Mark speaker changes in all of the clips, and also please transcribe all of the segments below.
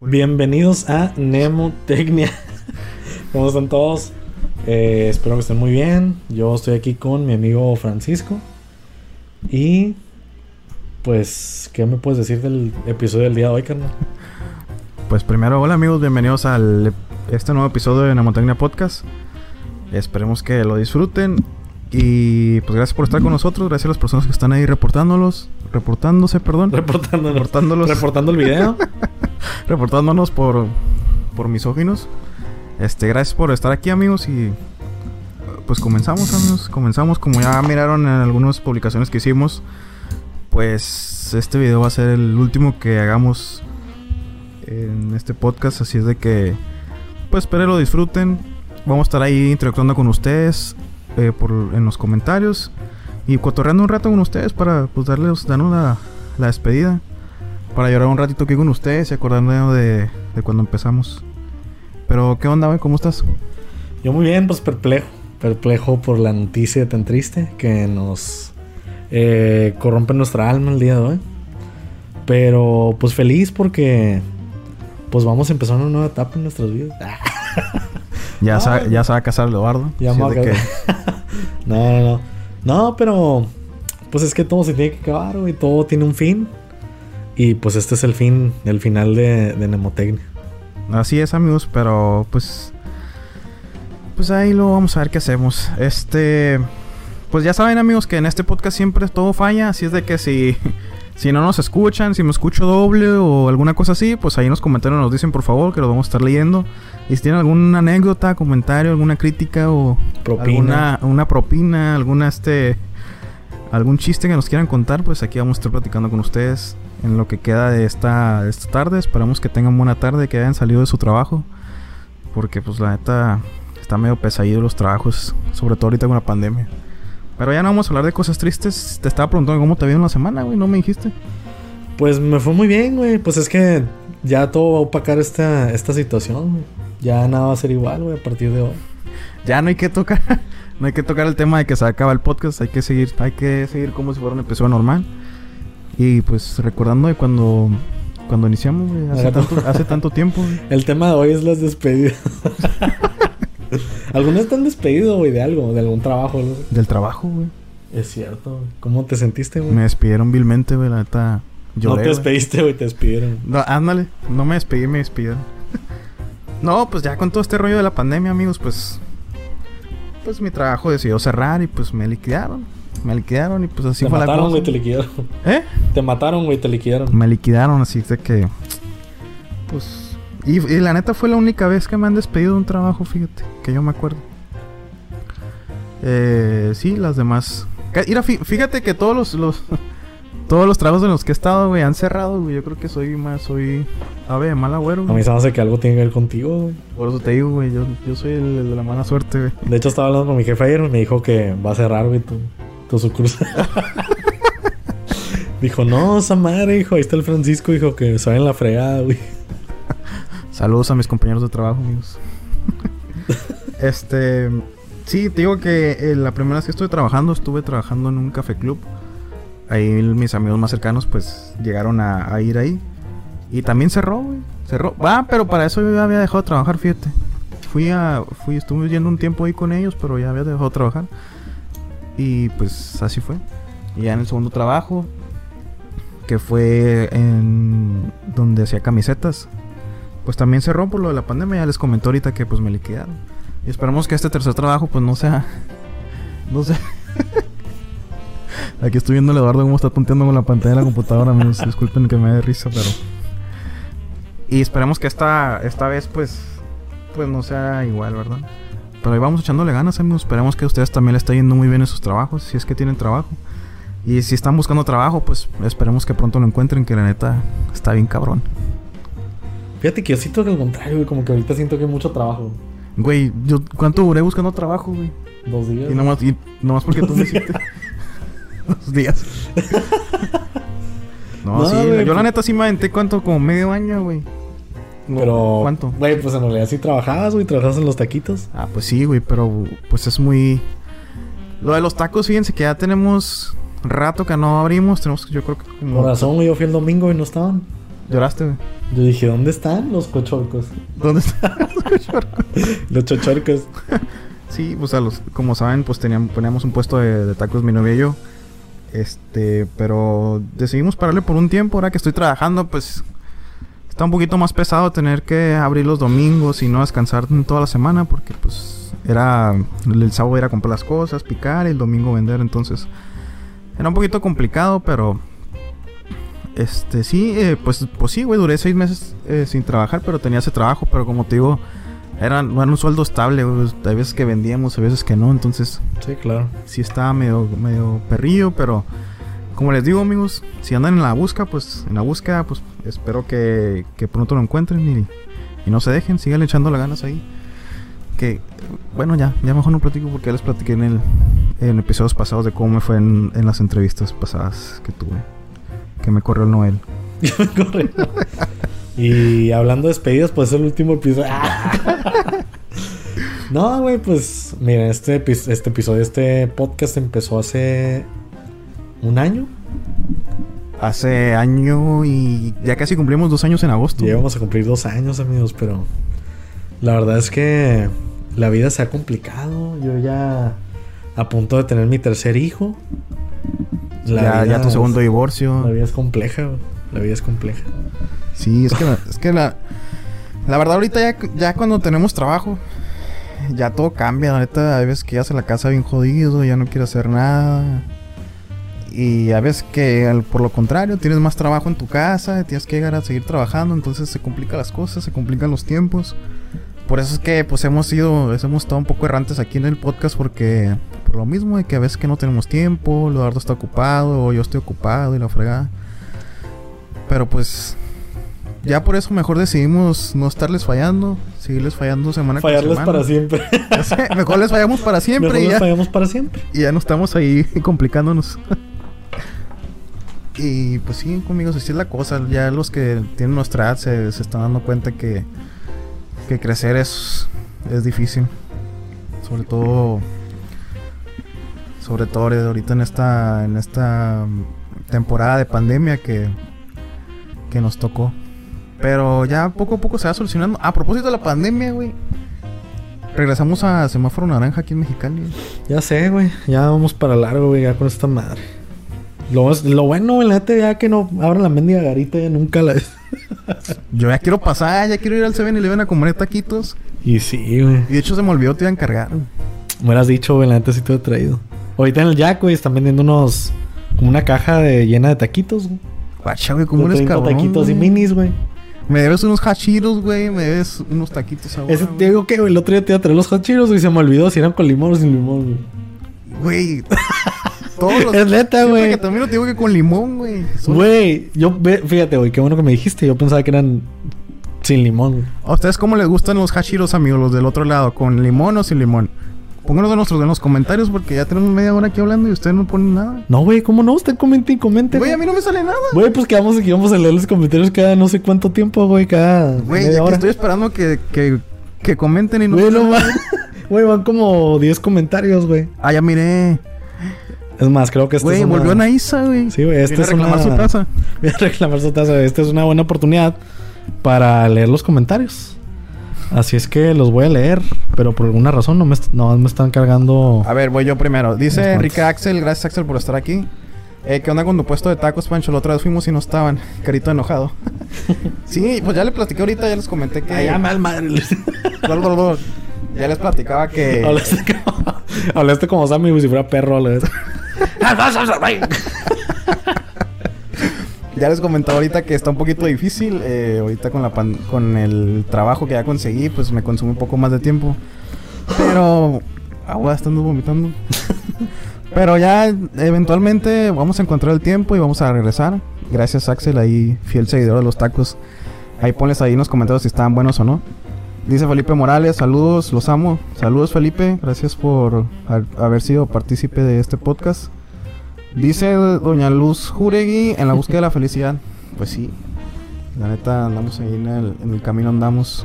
Speaker 1: Bienvenidos a Nemotecnia. ¿Cómo están todos? Eh, espero que estén muy bien. Yo estoy aquí con mi amigo Francisco. Y pues, ¿qué me puedes decir del episodio del día de hoy, carnal?
Speaker 2: Pues primero, hola amigos, bienvenidos al este nuevo episodio de Nemotecnia Podcast. Esperemos que lo disfruten. Y pues gracias por estar con nosotros, gracias a las personas que están ahí reportándolos, reportándose, perdón,
Speaker 1: Reportándonos.
Speaker 2: Reportándolos.
Speaker 1: Reportando el video.
Speaker 2: reportándonos por, por misóginos. Este, gracias por estar aquí amigos y eh, pues comenzamos amigos, comenzamos como ya miraron en algunas publicaciones que hicimos, pues este video va a ser el último que hagamos en este podcast, así es de que pues espero lo disfruten, vamos a estar ahí interactuando con ustedes eh, por, en los comentarios y cotorreando un rato con ustedes para pues darles, darnos la, la despedida. Para llorar un ratito aquí con ustedes y acordarnos de, de cuando empezamos. Pero, ¿qué onda, güey? ¿Cómo estás?
Speaker 1: Yo muy bien, pues perplejo. Perplejo por la noticia tan triste que nos eh, corrompe nuestra alma el día de hoy. Pero pues feliz porque pues vamos a empezar una nueva etapa en nuestras vidas.
Speaker 2: Ya,
Speaker 1: No,
Speaker 2: sa-
Speaker 1: güey.
Speaker 2: ya se va a casar Leobardo.
Speaker 1: Ya
Speaker 2: así
Speaker 1: me
Speaker 2: es de
Speaker 1: voy a No, no, no. No, pero pues es que todo se tiene que acabar, güey. Todo tiene un fin. Y pues este es el fin, el final de, de Nemotecnia.
Speaker 2: que- así es, amigos, pero pues. Pues ahí lo vamos a ver qué hacemos. Este. Pues ya saben, amigos, que en este podcast siempre todo falla. Así es de que si. Si no nos escuchan, si me escucho doble o alguna cosa así, pues ahí en los comentarios nos dicen por favor que lo vamos a estar leyendo. Y si tienen alguna anécdota, comentario, alguna crítica o
Speaker 1: Propina.
Speaker 2: alguna una propina, alguna este algún chiste que nos quieran contar, pues aquí vamos a estar platicando con ustedes en lo que queda de esta de esta tarde. Esperamos que tengan buena tarde, que hayan salido de su trabajo, porque pues la neta está medio pesadillo los trabajos, sobre todo ahorita con la pandemia. Pero ya no vamos a hablar de cosas tristes. Te estaba preguntando cómo te vio en la semana, güey, no me dijiste.
Speaker 1: Pues me fue muy bien, güey. Pues es que ya todo va a opacar esta, esta situación. güey. Ya nada va a ser igual, güey, a partir de hoy.
Speaker 2: Ya no hay que tocar no hay que tocar el tema de que se acaba el podcast, hay que seguir hay que seguir como si fuera un episodio normal. Y pues recordando de cuando cuando iniciamos, güey, hace,
Speaker 1: Ahora tú.
Speaker 2: tanto, hace tanto tiempo. güey.
Speaker 1: El tema de hoy es las despedidas. Algunos están despedidos, güey, de algo, de algún trabajo. algo así.
Speaker 2: Del trabajo, güey.
Speaker 1: Es cierto, güey. ¿Cómo te sentiste, güey?
Speaker 2: Me despidieron vilmente, güey, la neta.
Speaker 1: no
Speaker 2: Lloré,
Speaker 1: te
Speaker 2: güey.
Speaker 1: despediste, güey, te despidieron.
Speaker 2: No, ándale, no me despedí, me despidieron. no, pues ya con todo este rollo de la pandemia, amigos, pues. Pues mi trabajo decidió cerrar y pues me liquidaron. Me liquidaron y pues así
Speaker 1: te
Speaker 2: fue la
Speaker 1: mataron,
Speaker 2: cosa.
Speaker 1: güey, te liquidaron.
Speaker 2: ¿Eh?
Speaker 1: Te mataron, güey, te liquidaron.
Speaker 2: Me liquidaron, así de que. Pues. Y, y la neta fue la única vez que me han despedido de un trabajo, fíjate, que yo me acuerdo. Eh, sí, las demás. Ca- Mira, fí- fíjate que todos los, los- todos los trabajos en los que he estado, güey, han cerrado, güey. Yo creo que soy más, soy ave de mal agüero,
Speaker 1: A mí
Speaker 2: güey.
Speaker 1: se me hace que algo tiene que ver contigo, güey.
Speaker 2: Por eso te digo, güey, yo, yo soy el, el de la mala suerte, güey.
Speaker 1: De hecho, estaba hablando con mi jefe ayer y me dijo que va a cerrar, güey, tu, tu sucursal. dijo, no, esa madre, dijo, ahí está el Francisco, dijo que se va en la fregada, güey.
Speaker 2: Saludos a mis compañeros de trabajo, amigos. este. Sí, te digo que eh, la primera vez que estuve trabajando, estuve trabajando en un café club. Ahí el- mis amigos más cercanos, pues llegaron a, a ir ahí. Y también cerró, güey. Cerró. Va, pero para eso yo ya había dejado de trabajar, fíjate. Fui a. Fui, estuve yendo un tiempo ahí con ellos, pero ya había dejado de trabajar. Y pues así fue. Y ya en el segundo trabajo, que fue en. donde hacía camisetas pues también cerró por lo de la pandemia. Ya les comenté ahorita que pues me liquidaron. Y esperamos que este tercer trabajo pues no sea... No sea... Aquí estoy viendo a Eduardo cómo está tonteando con la pantalla de la computadora. amigos. Disculpen que me dé risa, pero... Y esperemos que esta, esta vez pues... Pues no sea igual, ¿verdad? Pero ahí vamos echándole ganas, amigos. Esperemos que a ustedes también les esté yendo muy bien en sus trabajos. Si es que tienen trabajo. Y si están buscando trabajo, pues esperemos que pronto lo encuentren. Que la neta está bien cabrón.
Speaker 1: Fíjate que yo siento que al contrario, güey, como que ahorita siento que hay mucho trabajo.
Speaker 2: Güey, yo cuánto duré buscando trabajo, güey.
Speaker 1: Dos días.
Speaker 2: Y nomás, y nomás porque tú me hiciste. Dos días. no,
Speaker 1: No,
Speaker 2: sí,
Speaker 1: güey,
Speaker 2: yo la
Speaker 1: pues-
Speaker 2: neta sí me aventé cuánto, como medio año, güey. No,
Speaker 1: Pero,
Speaker 2: ¿Cuánto?
Speaker 1: Güey, pues en realidad sí trabajabas, güey, trabajabas en los taquitos.
Speaker 2: Ah, pues sí, güey, pero pues es muy. Lo de los tacos, fíjense que ya tenemos rato que no abrimos. Tenemos, yo creo que como.
Speaker 1: Por razón, güey, yo fui el domingo y no estaban.
Speaker 2: Lloraste, güey.
Speaker 1: Yo dije, ¿dónde están los cochorcos?
Speaker 2: ¿Dónde están los cochorcos?
Speaker 1: los chochorcos.
Speaker 2: Sí, pues a los, como saben, pues teníamos, poníamos un puesto de, de tacos mi novia y yo. Este, pero decidimos pararle por un tiempo. Ahora que estoy trabajando, pues está un poquito más pesado tener que abrir los domingos y no descansar toda la semana porque pues era el sábado era comprar las cosas, picar y el domingo vender, entonces era un poquito complicado, pero este sí, eh, pues pues sí, güey, duré seis meses eh, sin trabajar, pero tenía ese trabajo, pero como te digo, era, no era un sueldo estable, güey, hay veces que vendíamos, hay veces que no, entonces
Speaker 1: Sí, claro.
Speaker 2: sí estaba medio, medio perrillo, pero como les digo amigos, si andan en la busca, pues en la búsqueda, pues espero que, que pronto lo encuentren y, y no se dejen, sigan echando las ganas ahí. Que bueno ya, ya mejor no platico porque ya les platiqué en el en episodios pasados de cómo me fue en, en las entrevistas pasadas que tuve. Que me corrió el Noel.
Speaker 1: Corre. y hablando de despedidas, pues es el último episodio. no, güey, pues mira, este, epi- este episodio, este podcast empezó hace un año.
Speaker 2: Hace año y ya casi cumplimos dos años en agosto.
Speaker 1: Ya íbamos a cumplir dos años, amigos, pero la verdad es que la vida se ha complicado. Yo ya a punto de tener mi tercer hijo. La
Speaker 2: ya,
Speaker 1: vida
Speaker 2: ya tu
Speaker 1: es-
Speaker 2: segundo divorcio.
Speaker 1: La vida es compleja, güey. La vida es compleja.
Speaker 2: Sí, es que, la- es que la, la verdad ahorita ya, ya cuando tenemos trabajo, ya todo cambia. La neta, hay veces que ya se la casa bien jodido, ya no quiere hacer nada. Y a veces que al- por lo contrario, tienes más trabajo en tu casa, tienes que llegar a seguir trabajando, entonces se complican las cosas, se complican los tiempos. Por eso es que pues hemos sido, es- hemos estado un poco errantes aquí en el podcast porque por lo mismo de que a veces que no tenemos tiempo, Leonardo está ocupado, o yo estoy ocupado y la fregada. Pero pues ya por eso mejor decidimos no estarles fallando, seguirles fallando semana
Speaker 1: Fallarles
Speaker 2: con semana.
Speaker 1: para siempre.
Speaker 2: Ya sé, mejor les fallamos para siempre
Speaker 1: Mejor
Speaker 2: y
Speaker 1: nos
Speaker 2: ya,
Speaker 1: fallamos para siempre.
Speaker 2: y ya no estamos ahí complicándonos. y pues sí, conmigo así es la cosa. Ya los que tienen nuestra edad se, se están dando cuenta que, que crecer es, es difícil. Sobre todo. Sobre todo de ahorita en esta. en esta temporada de pandemia que. que nos tocó. Pero ya poco a poco se va solucionando. A propósito de la pandemia, güey. Regresamos a semáforo naranja aquí en Mexicali.
Speaker 1: Ya sé, güey. Ya vamos para largo, güey, ya con esta madre. Lo, es- lo bueno, güey, la neta, ya que no abran la mendiga garita, ya nunca la
Speaker 2: Yo ya quiero pasar, ya quiero ir al 7-Eleven a comer taquitos.
Speaker 1: Y sí, güey.
Speaker 2: Y de hecho se me olvidó, te iba a encargar. güey.
Speaker 1: Me hubieras dicho, güey, la neta sí te he traído. Ahorita en el Jack, güey, están vendiendo unos. Como una caja de, llena de taquitos, güey.
Speaker 2: Guacha, güey, ¿cómo
Speaker 1: Yo
Speaker 2: eres
Speaker 1: tengo
Speaker 2: cabrón?
Speaker 1: taquitos y
Speaker 2: güey?
Speaker 1: minis, güey.
Speaker 2: Me debes unos hachiros, güey. Me debes unos taquitos ahora.
Speaker 1: Ese, te
Speaker 2: güey.
Speaker 1: digo que, güey, el otro día te iba a traer los hot Cheetos, güey, y se me olvidó si eran con limón o sin limón, güey.
Speaker 2: Güey. Todos los.
Speaker 1: Es neta,
Speaker 2: Siempre
Speaker 1: güey.
Speaker 2: que también lo te digo que con limón, güey. Son-
Speaker 1: Güey, yo, ve- fíjate, güey, qué bueno que me dijiste. Yo pensaba que eran sin limón, güey.
Speaker 2: ¿A ustedes cómo les gustan los hachiros, amigos? Los del otro lado, ¿con limón o sin limón? Pónganos en, nuestros, en los comentarios porque ya tenemos media hora aquí hablando y ustedes no ponen nada.
Speaker 1: No, güey, ¿cómo no? Usted comente y comente.
Speaker 2: Güey,
Speaker 1: Güey,
Speaker 2: a mí no me sale nada.
Speaker 1: Güey, pues quedamos aquí. Vamos a leer los comentarios cada no sé cuánto tiempo, güey, cada.
Speaker 2: Güey,
Speaker 1: media
Speaker 2: ya que
Speaker 1: hora.
Speaker 2: estoy esperando que, que, que comenten y no.
Speaker 1: Güey, no va- Güey, van como 10 comentarios, güey.
Speaker 2: Ah, ya miré.
Speaker 1: Es más, creo que esta
Speaker 2: Güey,
Speaker 1: es
Speaker 2: volvió
Speaker 1: una...
Speaker 2: Anaísa, güey.
Speaker 1: Sí, güey, esta
Speaker 2: Viene
Speaker 1: es
Speaker 2: a reclamar
Speaker 1: una...
Speaker 2: su casa.
Speaker 1: Voy a reclamar su taza. Esta es una buena oportunidad para leer los comentarios. Así es que los voy a leer, pero por alguna razón no me, est- no, me están cargando.
Speaker 2: A ver, voy yo primero.
Speaker 1: Unos
Speaker 2: Dice
Speaker 1: cuantos.
Speaker 2: Enrique Axel, gracias Axel por estar aquí. Eh, ¿Qué onda con tu puesto de tacos, Pancho? La otra vez fuimos y no estaban. Carito enojado. sí, pues ya le platiqué ahorita, Ah, ya les comenté que.
Speaker 1: Ay, ya mal madre.
Speaker 2: Lol, lol, lol. Ya les platicaba que.
Speaker 1: Hablaste
Speaker 2: Eh.
Speaker 1: como, hablaste como Sammy, güey, si fuera perro. a la vez.
Speaker 2: Ya les comentaba ahorita que está un poquito difícil. eh, ahorita con, la pan- con el trabajo que ya conseguí, pues me consume un poco más de tiempo. Pero... Agua, estando vomitando. Pero ya eventualmente vamos a encontrar el tiempo y vamos a regresar. Gracias Axel, ahí fiel seguidor de los tacos. Ahí ponles ahí en los comentarios si estaban buenos o no. Dice Felipe Morales, saludos, los amo. Saludos Felipe, gracias por ha- haber sido partícipe de este podcast. Dice Doña Luz Juregui en la búsqueda de la felicidad. Pues sí, la neta andamos ahí en el, en el camino, andamos.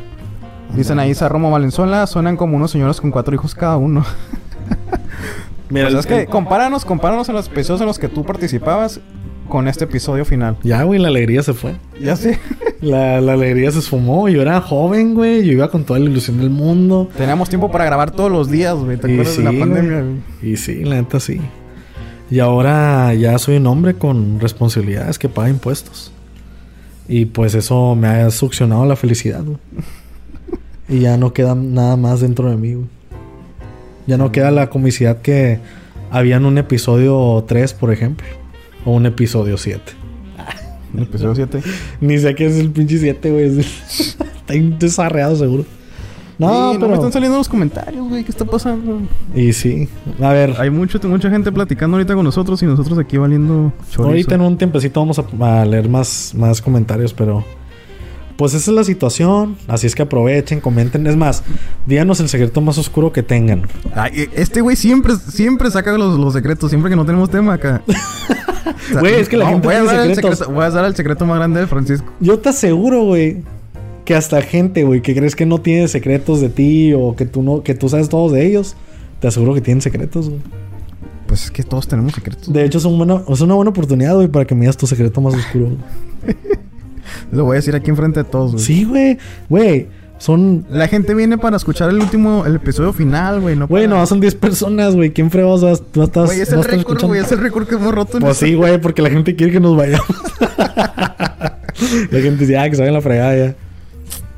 Speaker 2: Dicen ahí Romo Valenzuela, suenan como unos señores con cuatro hijos cada uno.
Speaker 1: Mira,
Speaker 2: Pues es que compáranos, compáranos a los episodios en los que tú participabas con este episodio final.
Speaker 1: Ya, güey, la alegría se fue.
Speaker 2: Ya sé.
Speaker 1: La, la alegría se esfumó. Yo era joven, güey. Yo iba con toda la ilusión del mundo.
Speaker 2: Teníamos tiempo para grabar todos los días, güey. ¿Te
Speaker 1: Y
Speaker 2: acuerdas de la
Speaker 1: sí,
Speaker 2: pandemia?
Speaker 1: güey.
Speaker 2: güey?
Speaker 1: Y sí, la neta sí. Y ahora ya soy un hombre con responsabilidades que paga impuestos. Y pues eso me ha succionado la felicidad, güey. Y ya no queda nada más dentro de mí, güey. Ya no queda la comicidad que había en un episodio 3, por ejemplo. O un episodio 7.
Speaker 2: En el episodio 7.
Speaker 1: Ni sé qué es el pinche 7, güey. Está desarreado seguro. No,
Speaker 2: Sí, me
Speaker 1: pero...
Speaker 2: están saliendo los comentarios, güey. ¿Qué está pasando?
Speaker 1: y sí. A ver,
Speaker 2: Hay mucho, mucha gente platicando ahorita con nosotros y nosotros aquí valiendo chorizo.
Speaker 1: Ahorita en un tiempecito vamos a, a leer más, más comentarios, pero. Pues esa es la situación. Así es que aprovechen, comenten. Es más, díganos el secreto más oscuro que tengan.
Speaker 2: Ay, este güey siempre, siempre saca los, los secretos, siempre que no tenemos tema acá. O sea,
Speaker 1: Güey, es que la gente
Speaker 2: voy a
Speaker 1: tiene
Speaker 2: dar el
Speaker 1: secretos.
Speaker 2: secreto, voy a dar el secreto más grande de Francisco.
Speaker 1: Yo te aseguro, güey, que hasta gente, güey, que crees que no tiene secretos de ti o que tú no, que tú sabes todos de ellos, te aseguro que tienen secretos, güey.
Speaker 2: Pues es que todos tenemos secretos.
Speaker 1: De hecho, es, un buena- es una buena oportunidad, güey, para que me digas tu secreto más oscuro. güey.
Speaker 2: Lo voy a decir aquí enfrente de todos, güey.
Speaker 1: Sí, güey. Güey, son.
Speaker 2: La gente viene para escuchar el último, el episodio final, güey. No
Speaker 1: Güey,
Speaker 2: para-
Speaker 1: no, son 10 personas, güey. ¿Quién fregados vas, vas, vas,
Speaker 2: Güey, es
Speaker 1: vas a estar
Speaker 2: el récord,
Speaker 1: escuchando?
Speaker 2: güey. Es el récord que hemos roto en este
Speaker 1: Pues sí, güey, porque la gente quiere que nos vayamos. la gente dice, ah, que se vayan a la fregada ya.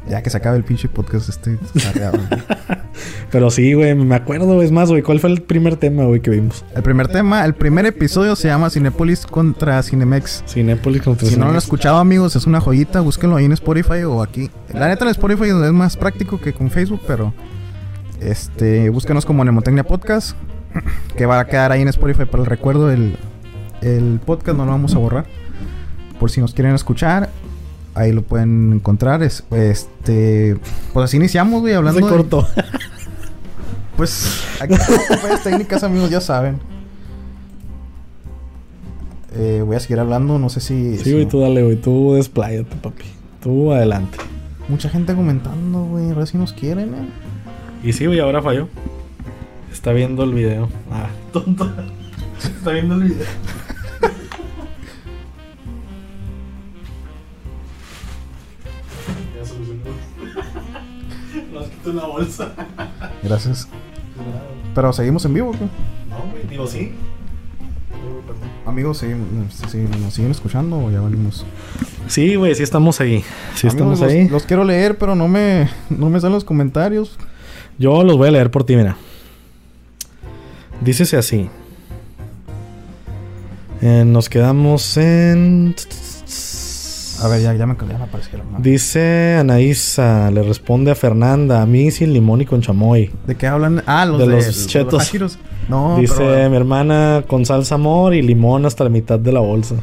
Speaker 2: Ya que se acabe el pinche podcast este. descargado, güey.
Speaker 1: Pero sí, güey, me acuerdo, es más, güey, ¿cuál fue el primer tema, güey, que vimos?
Speaker 2: el primer tema, el primer episodio se llama Cinepolis contra Cinemex.
Speaker 1: Cinépolis contra
Speaker 2: Si no lo han
Speaker 1: Cinemex.
Speaker 2: escuchado, amigos, es una joyita. Búsquenlo ahí en Spotify o aquí. La neta, en Spotify es más práctico que con Facebook, pero. Este, búsquenos como Nemotecnia Podcast. Que va a quedar ahí en Spotify para el recuerdo del el podcast. No lo vamos a borrar. Por si nos quieren escuchar, ahí lo pueden encontrar. Es- este, pues así iniciamos, güey, hablando.
Speaker 1: Se
Speaker 2: de-
Speaker 1: cortó.
Speaker 2: pues, aquí las fallas técnicas, amigos, ya saben. Eh, voy a seguir hablando, no sé si.
Speaker 1: Sí,
Speaker 2: si-
Speaker 1: güey, tú dale, güey, tú despláyate, papi. Tú adelante.
Speaker 2: Mucha gente comentando, güey. Ahora sí nos quieren, eh.
Speaker 1: Y sí, güey, ahora falló. Está viendo el video. Ah, tonto. Está viendo el video. Ya solucionó. Nos quitó una bolsa.
Speaker 2: Gracias. Pero seguimos en vivo, güey.
Speaker 1: No, güey, digo sí.
Speaker 2: Amigos, seguimos, no, sí, sí, ¿nos siguen escuchando o ya venimos?
Speaker 1: Sí, güey, sí estamos ahí. Sí estamos
Speaker 2: los,
Speaker 1: ahí.
Speaker 2: Los quiero leer, pero no me, no me salen los comentarios.
Speaker 1: Yo los voy a leer por ti, mira. Dícese así. Eh, nos quedamos en...
Speaker 2: A ver, ya, ya, me, ya me aparecieron. ¿no?
Speaker 1: Dice Anaísa, le responde a Fernanda, a mí sin limón y con chamoy.
Speaker 2: ¿De qué hablan? Ah, los
Speaker 1: De
Speaker 2: de,
Speaker 1: los
Speaker 2: los
Speaker 1: chetos.
Speaker 2: hajiros. No,
Speaker 1: Dice
Speaker 2: pero
Speaker 1: mi hermana con salsa amor y limón hasta la mitad de la bolsa.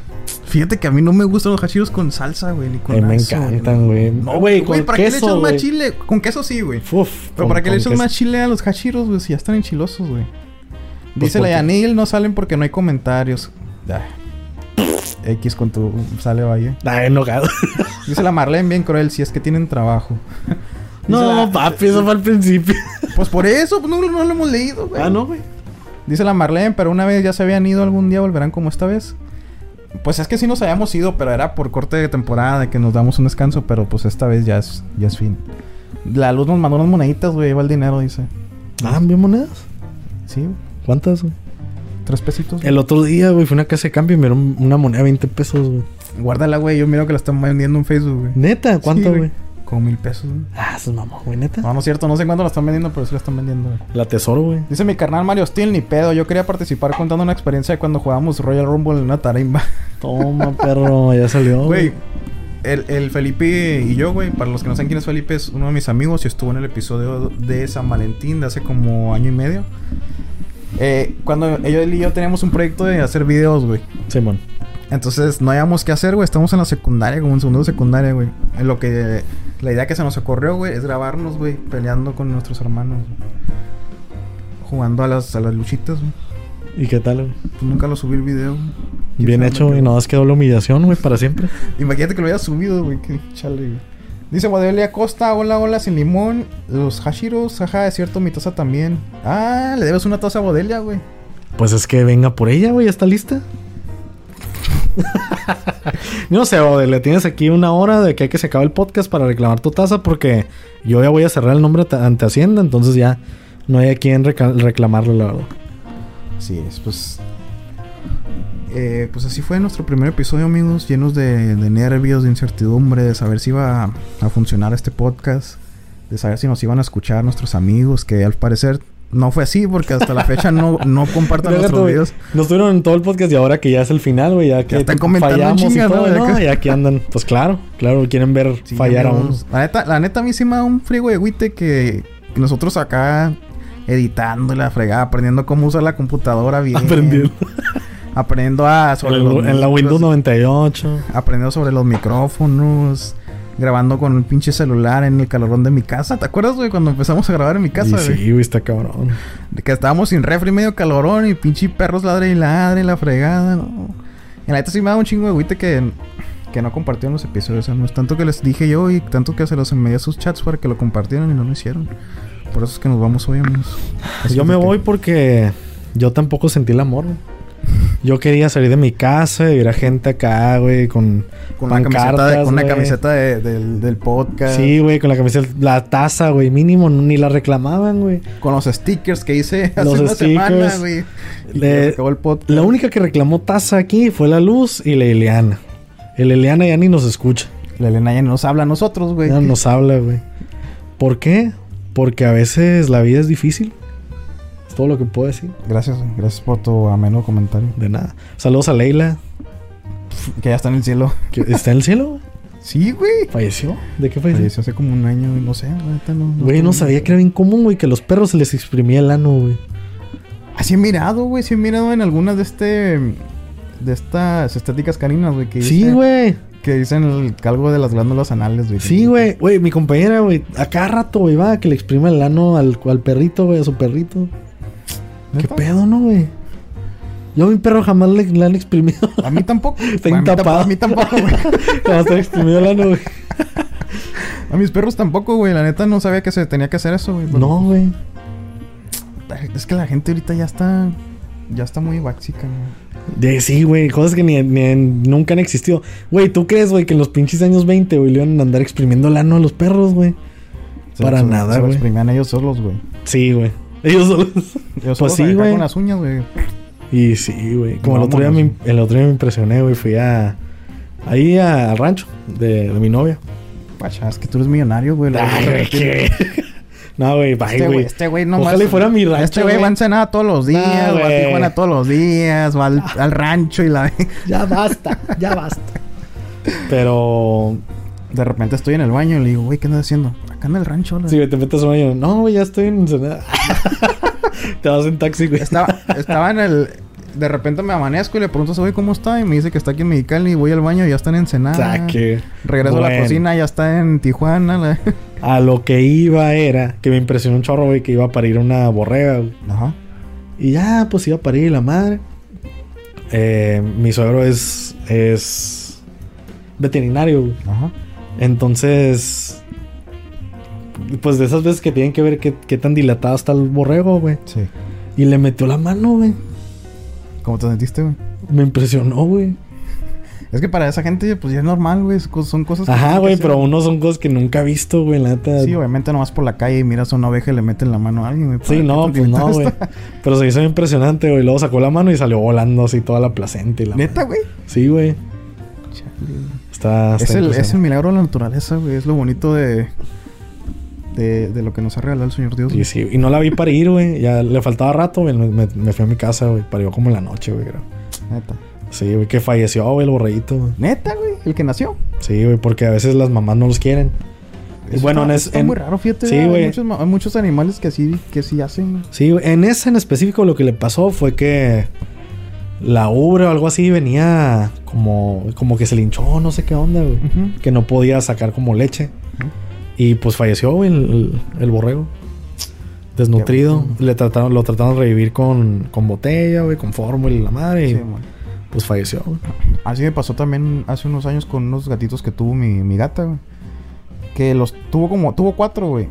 Speaker 2: fíjate que a mí no me gustan los hachiros con salsa, güey, ni con
Speaker 1: Eh, me
Speaker 2: aso,
Speaker 1: encantan, güey.
Speaker 2: No,
Speaker 1: Güey,
Speaker 2: güey,
Speaker 1: con
Speaker 2: ¿para qué le
Speaker 1: queso,
Speaker 2: echas
Speaker 1: güey.
Speaker 2: más chile? Con queso sí, güey.
Speaker 1: Uf,
Speaker 2: Pero
Speaker 1: con-
Speaker 2: para que le
Speaker 1: con
Speaker 2: echas
Speaker 1: queso.
Speaker 2: más chile a los hashiros, güey, si ya están enchilosos, güey.
Speaker 1: Pues
Speaker 2: Dice la
Speaker 1: porque-
Speaker 2: Yanil, no salen porque no hay comentarios. Ah. X con tu sale vaya.
Speaker 1: Ay, enojado.
Speaker 2: Dice la Marlene, bien cruel, si es que tienen trabajo.
Speaker 1: no,
Speaker 2: la-
Speaker 1: papi, eso fue al principio.
Speaker 2: Pues por eso, pues, no, no lo hemos leído, güey.
Speaker 1: ah, no, güey.
Speaker 2: Dice la Marlene, pero una vez ya se habían ido, algún día volverán como esta vez. Pues es que sí nos habíamos ido, pero era por corte de temporada, de que nos damos un descanso, pero pues esta vez ya es, ya es fin. La luz nos mandó unas moneditas, güey, ahí va el dinero, dice.
Speaker 1: Ah, bien monedas.
Speaker 2: Sí, güey,
Speaker 1: ¿Cuántas? güey?
Speaker 2: tres pesitos.
Speaker 1: El otro día, güey, fue una casa de cambio y me dieron una moneda de 20 pesos, güey.
Speaker 2: Guárdala, güey. Yo miro que la están vendiendo en Facebook, güey.
Speaker 1: Neta, ¿cuánto,
Speaker 2: Sí,
Speaker 1: güey?
Speaker 2: Como mil pesos, güey.
Speaker 1: Ah, eso es mamón, güey, neta.
Speaker 2: No, no es cierto. No sé cuándo la están vendiendo, pero sí la están vendiendo, güey.
Speaker 1: La tesoro, güey.
Speaker 2: Dice mi carnal Mario Steel, ni pedo. Yo quería participar contando una experiencia de cuando jugábamos Royal Rumble en una tarima.
Speaker 1: Toma, perro, ya salió.
Speaker 2: Güey,
Speaker 1: güey.
Speaker 2: el, el Felipe y yo, güey, para los que no saben quién es Felipe, es uno de mis amigos y estuvo en el episodio de San Valentín de hace como año y medio. Eh, cuando ellos él y yo teníamos un proyecto de hacer videos, güey.
Speaker 1: Simón.
Speaker 2: Entonces no hayamos qué hacer, güey. Estamos en la secundaria, como en segundo de secundaria, güey. En lo que. La idea que se nos ocurrió, güey, es grabarnos, güey, peleando con nuestros hermanos. güey. Jugando a las, a las luchitas, güey.
Speaker 1: ¿Y qué tal, güey?
Speaker 2: Pues nunca lo subí el video. güey. ¿Quién
Speaker 1: Bien
Speaker 2: sabe
Speaker 1: hecho,
Speaker 2: dónde
Speaker 1: güey.
Speaker 2: quedó?
Speaker 1: Nada más quedó la humillación, güey, para siempre.
Speaker 2: Imagínate que lo hubiera subido, güey. Que chale, güey. Dice Guadalia Costa, hola, hola, sin limón. Los hashiros, ajá, es cierto, mi taza también. Ah, le debes una taza a Bodelia, güey.
Speaker 1: Pues es que venga por ella, güey. ¿Está lista? no sé, Ode, le tienes aquí una hora de que hay que se acabe el podcast para reclamar tu taza porque yo ya voy a cerrar el nombre ta- ante Hacienda, entonces ya no hay a quien reca- reclamarlo, la verdad.
Speaker 2: Así es, pues. eh, pues así fue nuestro primer episodio, amigos, llenos de, de nervios, de incertidumbre, de saber si iba a, a funcionar este podcast, de saber si nos iban a escuchar nuestros amigos, que al parecer no fue así, porque hasta la fecha no, no compartan
Speaker 1: Deja tú,
Speaker 2: nuestros
Speaker 1: güey.
Speaker 2: videos.
Speaker 1: Nos tuvieron en todo el podcast y ahora que ya es el final, güey, ya que
Speaker 2: están comentando en
Speaker 1: fallamos
Speaker 2: chinga,
Speaker 1: y todo,
Speaker 2: ¿no?
Speaker 1: ¿no?
Speaker 2: Acá.
Speaker 1: Y aquí andan, pues claro, claro, quieren ver
Speaker 2: Sí,
Speaker 1: fallar a uno.
Speaker 2: amigos. La neta, la neta a mí sí me da un friego de agüite que nosotros acá editando la fregada, aprendiendo cómo usar la computadora bien.
Speaker 1: Aprendiendo.
Speaker 2: Aprendo a
Speaker 1: En,
Speaker 2: sobre
Speaker 1: el-
Speaker 2: los
Speaker 1: en la
Speaker 2: micros,
Speaker 1: Windows 98.
Speaker 2: aprendiendo sobre los micrófonos, grabando con un pinche celular en el calorón de mi casa. ¿Te acuerdas, güey, cuando empezamos a grabar en mi casa,
Speaker 1: y
Speaker 2: güey?
Speaker 1: sí, güey, está cabrón.
Speaker 2: De Que estábamos sin refri, medio calorón y pinche perros ladre y ladre y la fregada, ¿no? En la neta sí me da un chingo de agüite que, que no compartieron los episodios. O sea, no es tanto que les dije yo y tanto que se los envié a sus chats para que lo compartieran y no lo hicieron. Por eso es que nos vamos hoy, amigos. Así
Speaker 1: yo me
Speaker 2: que-
Speaker 1: voy porque yo tampoco sentí el amor. güey. Yo quería salir de mi casa y ver a gente acá, güey, con,
Speaker 2: Con una camiseta,
Speaker 1: pancartas,
Speaker 2: de- con una
Speaker 1: güey.
Speaker 2: camiseta de- del, del podcast.
Speaker 1: Sí, güey, con la camiseta, la taza, güey, mínimo, ni la reclamaban, güey.
Speaker 2: Con los stickers que hice hace
Speaker 1: Los
Speaker 2: una semana,
Speaker 1: stickers.
Speaker 2: güey. Y
Speaker 1: Le-
Speaker 2: que se acabó el podcast.
Speaker 1: La única que reclamó taza aquí fue la Luz y la Eliana. El Eliana ya ni nos escucha,
Speaker 2: La Elena ya no nos habla a nosotros, güey.
Speaker 1: ya no nos habla, güey. ¿Por qué? Porque a veces la vida es difícil. Es todo lo que puedo decir.
Speaker 2: Gracias, güey. gracias por tu ameno comentario.
Speaker 1: De nada. Saludos a Leila,
Speaker 2: Que ya está en el cielo.
Speaker 1: que está en el cielo. güey.
Speaker 2: Sí, güey.
Speaker 1: ¿Falleció? ¿De qué falleció?
Speaker 2: Falleció hace como un año, güey. No sé, la neta no.
Speaker 1: Güey, no sabía que era bien común, güey, que los perros se les exprimía el ano, güey.
Speaker 2: Así he mirado, güey. Sí he mirado en algunas de este. De estas estéticas caninas, güey. que
Speaker 1: Sí,
Speaker 2: dicen-
Speaker 1: güey.
Speaker 2: Que dicen el calgo de las glándulas anales, güey.
Speaker 1: Sí, güey. Güey, mi compañera, güey, a cada rato, güey, va, que le exprime el ano al, al perrito, güey, a su perrito. ¿Qué
Speaker 2: ¿Neta?
Speaker 1: pedo, no, güey? Yo a mi perro jamás le, le han exprimido.
Speaker 2: A mí tampoco.
Speaker 1: Está
Speaker 2: Güey, a mí tampoco-
Speaker 1: entapado.
Speaker 2: A mí tampoco, güey.
Speaker 1: jamás le han exprimido el ano, güey.
Speaker 2: A mis perros tampoco, güey. La neta no sabía que se tenía que hacer eso, güey. pero-
Speaker 1: No, güey.
Speaker 2: Es que la gente ahorita ya está. Ya está muy váxica, güey.
Speaker 1: De- sí, güey, cosas que ni, ni- nunca han existido. Güey, ¿tú crees, güey, que en los pinches años 20, güey, le iban a andar exprimiendo el ano a los perros, güey?
Speaker 2: Se-
Speaker 1: Para
Speaker 2: se-
Speaker 1: nada,
Speaker 2: se lo
Speaker 1: güey.
Speaker 2: exprimían ellos solos, güey.
Speaker 1: Sí, güey. Ellos solos.
Speaker 2: Ellos
Speaker 1: Pues
Speaker 2: solos
Speaker 1: sí,
Speaker 2: acá
Speaker 1: güey.
Speaker 2: Con las uñas, güey.
Speaker 1: Y sí, güey. Como el
Speaker 2: No,
Speaker 1: otro, día me,
Speaker 2: vámonos.
Speaker 1: el otro día me impresioné, güey. Fui a. Ahí a- al rancho de, de mi novia.
Speaker 2: Pacha, es que tú eres millonario, güey. la
Speaker 1: Ay,
Speaker 2: verdad,
Speaker 1: güey, qué- No, güey, bye,
Speaker 2: Este güey,
Speaker 1: güey.
Speaker 2: este güey nomás.
Speaker 1: Ojalá y fuera mi rancho.
Speaker 2: Este güey va a Ensenada todos los días,
Speaker 1: No,
Speaker 2: va a
Speaker 1: güey. Ah.
Speaker 2: Tijuana todos los días, va al, al rancho y la.
Speaker 1: Ya basta, ya basta. Pero.
Speaker 2: De repente estoy en el baño y le digo, güey, ¿qué andas haciendo? Acá en el rancho, la-
Speaker 1: Si te metes un baño, no, güey, ya estoy en Ensenada. te vas en taxi, güey.
Speaker 2: Estaba, estaba en el. De repente me amanezco y le pregunto a ese güey cómo está. Y me dice que está aquí en Mexicali y voy al baño y ya está en Ensenada.
Speaker 1: Ah, que-
Speaker 2: Regreso a la
Speaker 1: Bueno.
Speaker 2: cocina, ya está en Tijuana. la-
Speaker 1: A lo que iba era que me impresionó un chorro, güey, que iba a parir una borrega, güey.
Speaker 2: Ajá.
Speaker 1: Y ya, pues iba a parir la madre. Eh, mi suegro es. es. veterinario. güey.
Speaker 2: Ajá.
Speaker 1: Entonces. Pues de esas veces que tienen que ver qué, qué tan dilatado está el borrego, güey.
Speaker 2: Sí.
Speaker 1: Y le metió la mano, güey.
Speaker 2: ¿Cómo te sentiste, güey?
Speaker 1: Me impresionó, güey.
Speaker 2: Es que para esa gente, pues ya es normal, güey. es co- Son cosas que tienen
Speaker 1: Ajá,
Speaker 2: que
Speaker 1: güey,
Speaker 2: hacer.
Speaker 1: pero uno son cosas que nunca he visto, güey, la neta.
Speaker 2: Sí, obviamente nomás por la calle y miras a una oveja y le meten la mano a alguien, güey.
Speaker 1: Sí,
Speaker 2: ¿Para
Speaker 1: no,
Speaker 2: qué te
Speaker 1: pues no,
Speaker 2: inventaste?
Speaker 1: güey. Pero se hizo impresionante, güey. Luego sacó la mano y salió volando así toda la placenta y la
Speaker 2: Neta, güey.
Speaker 1: madre. Sí, güey.
Speaker 2: Chale, güey.
Speaker 1: Está,
Speaker 2: Es
Speaker 1: está
Speaker 2: el, es
Speaker 1: impresionante.
Speaker 2: el milagro de la naturaleza, güey. Es lo bonito de, de, de lo que nos ha regalado el Señor Dios.
Speaker 1: Y,
Speaker 2: güey.
Speaker 1: sí, y no la vi parir, güey. Ya le faltaba rato, güey. Me, me- me fui a mi casa, güey. Parió como en la noche, güey, creo.
Speaker 2: Neta.
Speaker 1: Sí, güey, que falleció, güey, el borreguito, güey.
Speaker 2: Neta, güey. El que nació.
Speaker 1: Sí, güey, porque a veces las mamás no los quieren. Y
Speaker 2: Eso
Speaker 1: bueno,
Speaker 2: está,
Speaker 1: en
Speaker 2: eso
Speaker 1: es-
Speaker 2: está
Speaker 1: en-
Speaker 2: muy raro, fíjate.
Speaker 1: Sí,
Speaker 2: güey. hay,
Speaker 1: güey.
Speaker 2: muchos, ma- hay muchos animales que sí, que sí hacen. güey.
Speaker 1: Sí, güey, en esa en específico lo que le pasó fue que la ubre o algo así venía como, como que se linchó, no sé qué onda, güey.
Speaker 2: Ujú.
Speaker 1: Que no podía sacar como leche.
Speaker 2: Ujú.
Speaker 1: Y pues falleció, güey, el, el- el borrego. Desnutrido. Le trataron, lo trataron de revivir con, con botella, güey, con fórmula y la madre. y,
Speaker 2: Sí, güey.
Speaker 1: pues falleció, güey.
Speaker 2: Así me pasó también hace unos años con unos gatitos que tuvo mi, mi gata, güey. Que los tuvo como, tuvo cuatro, güey.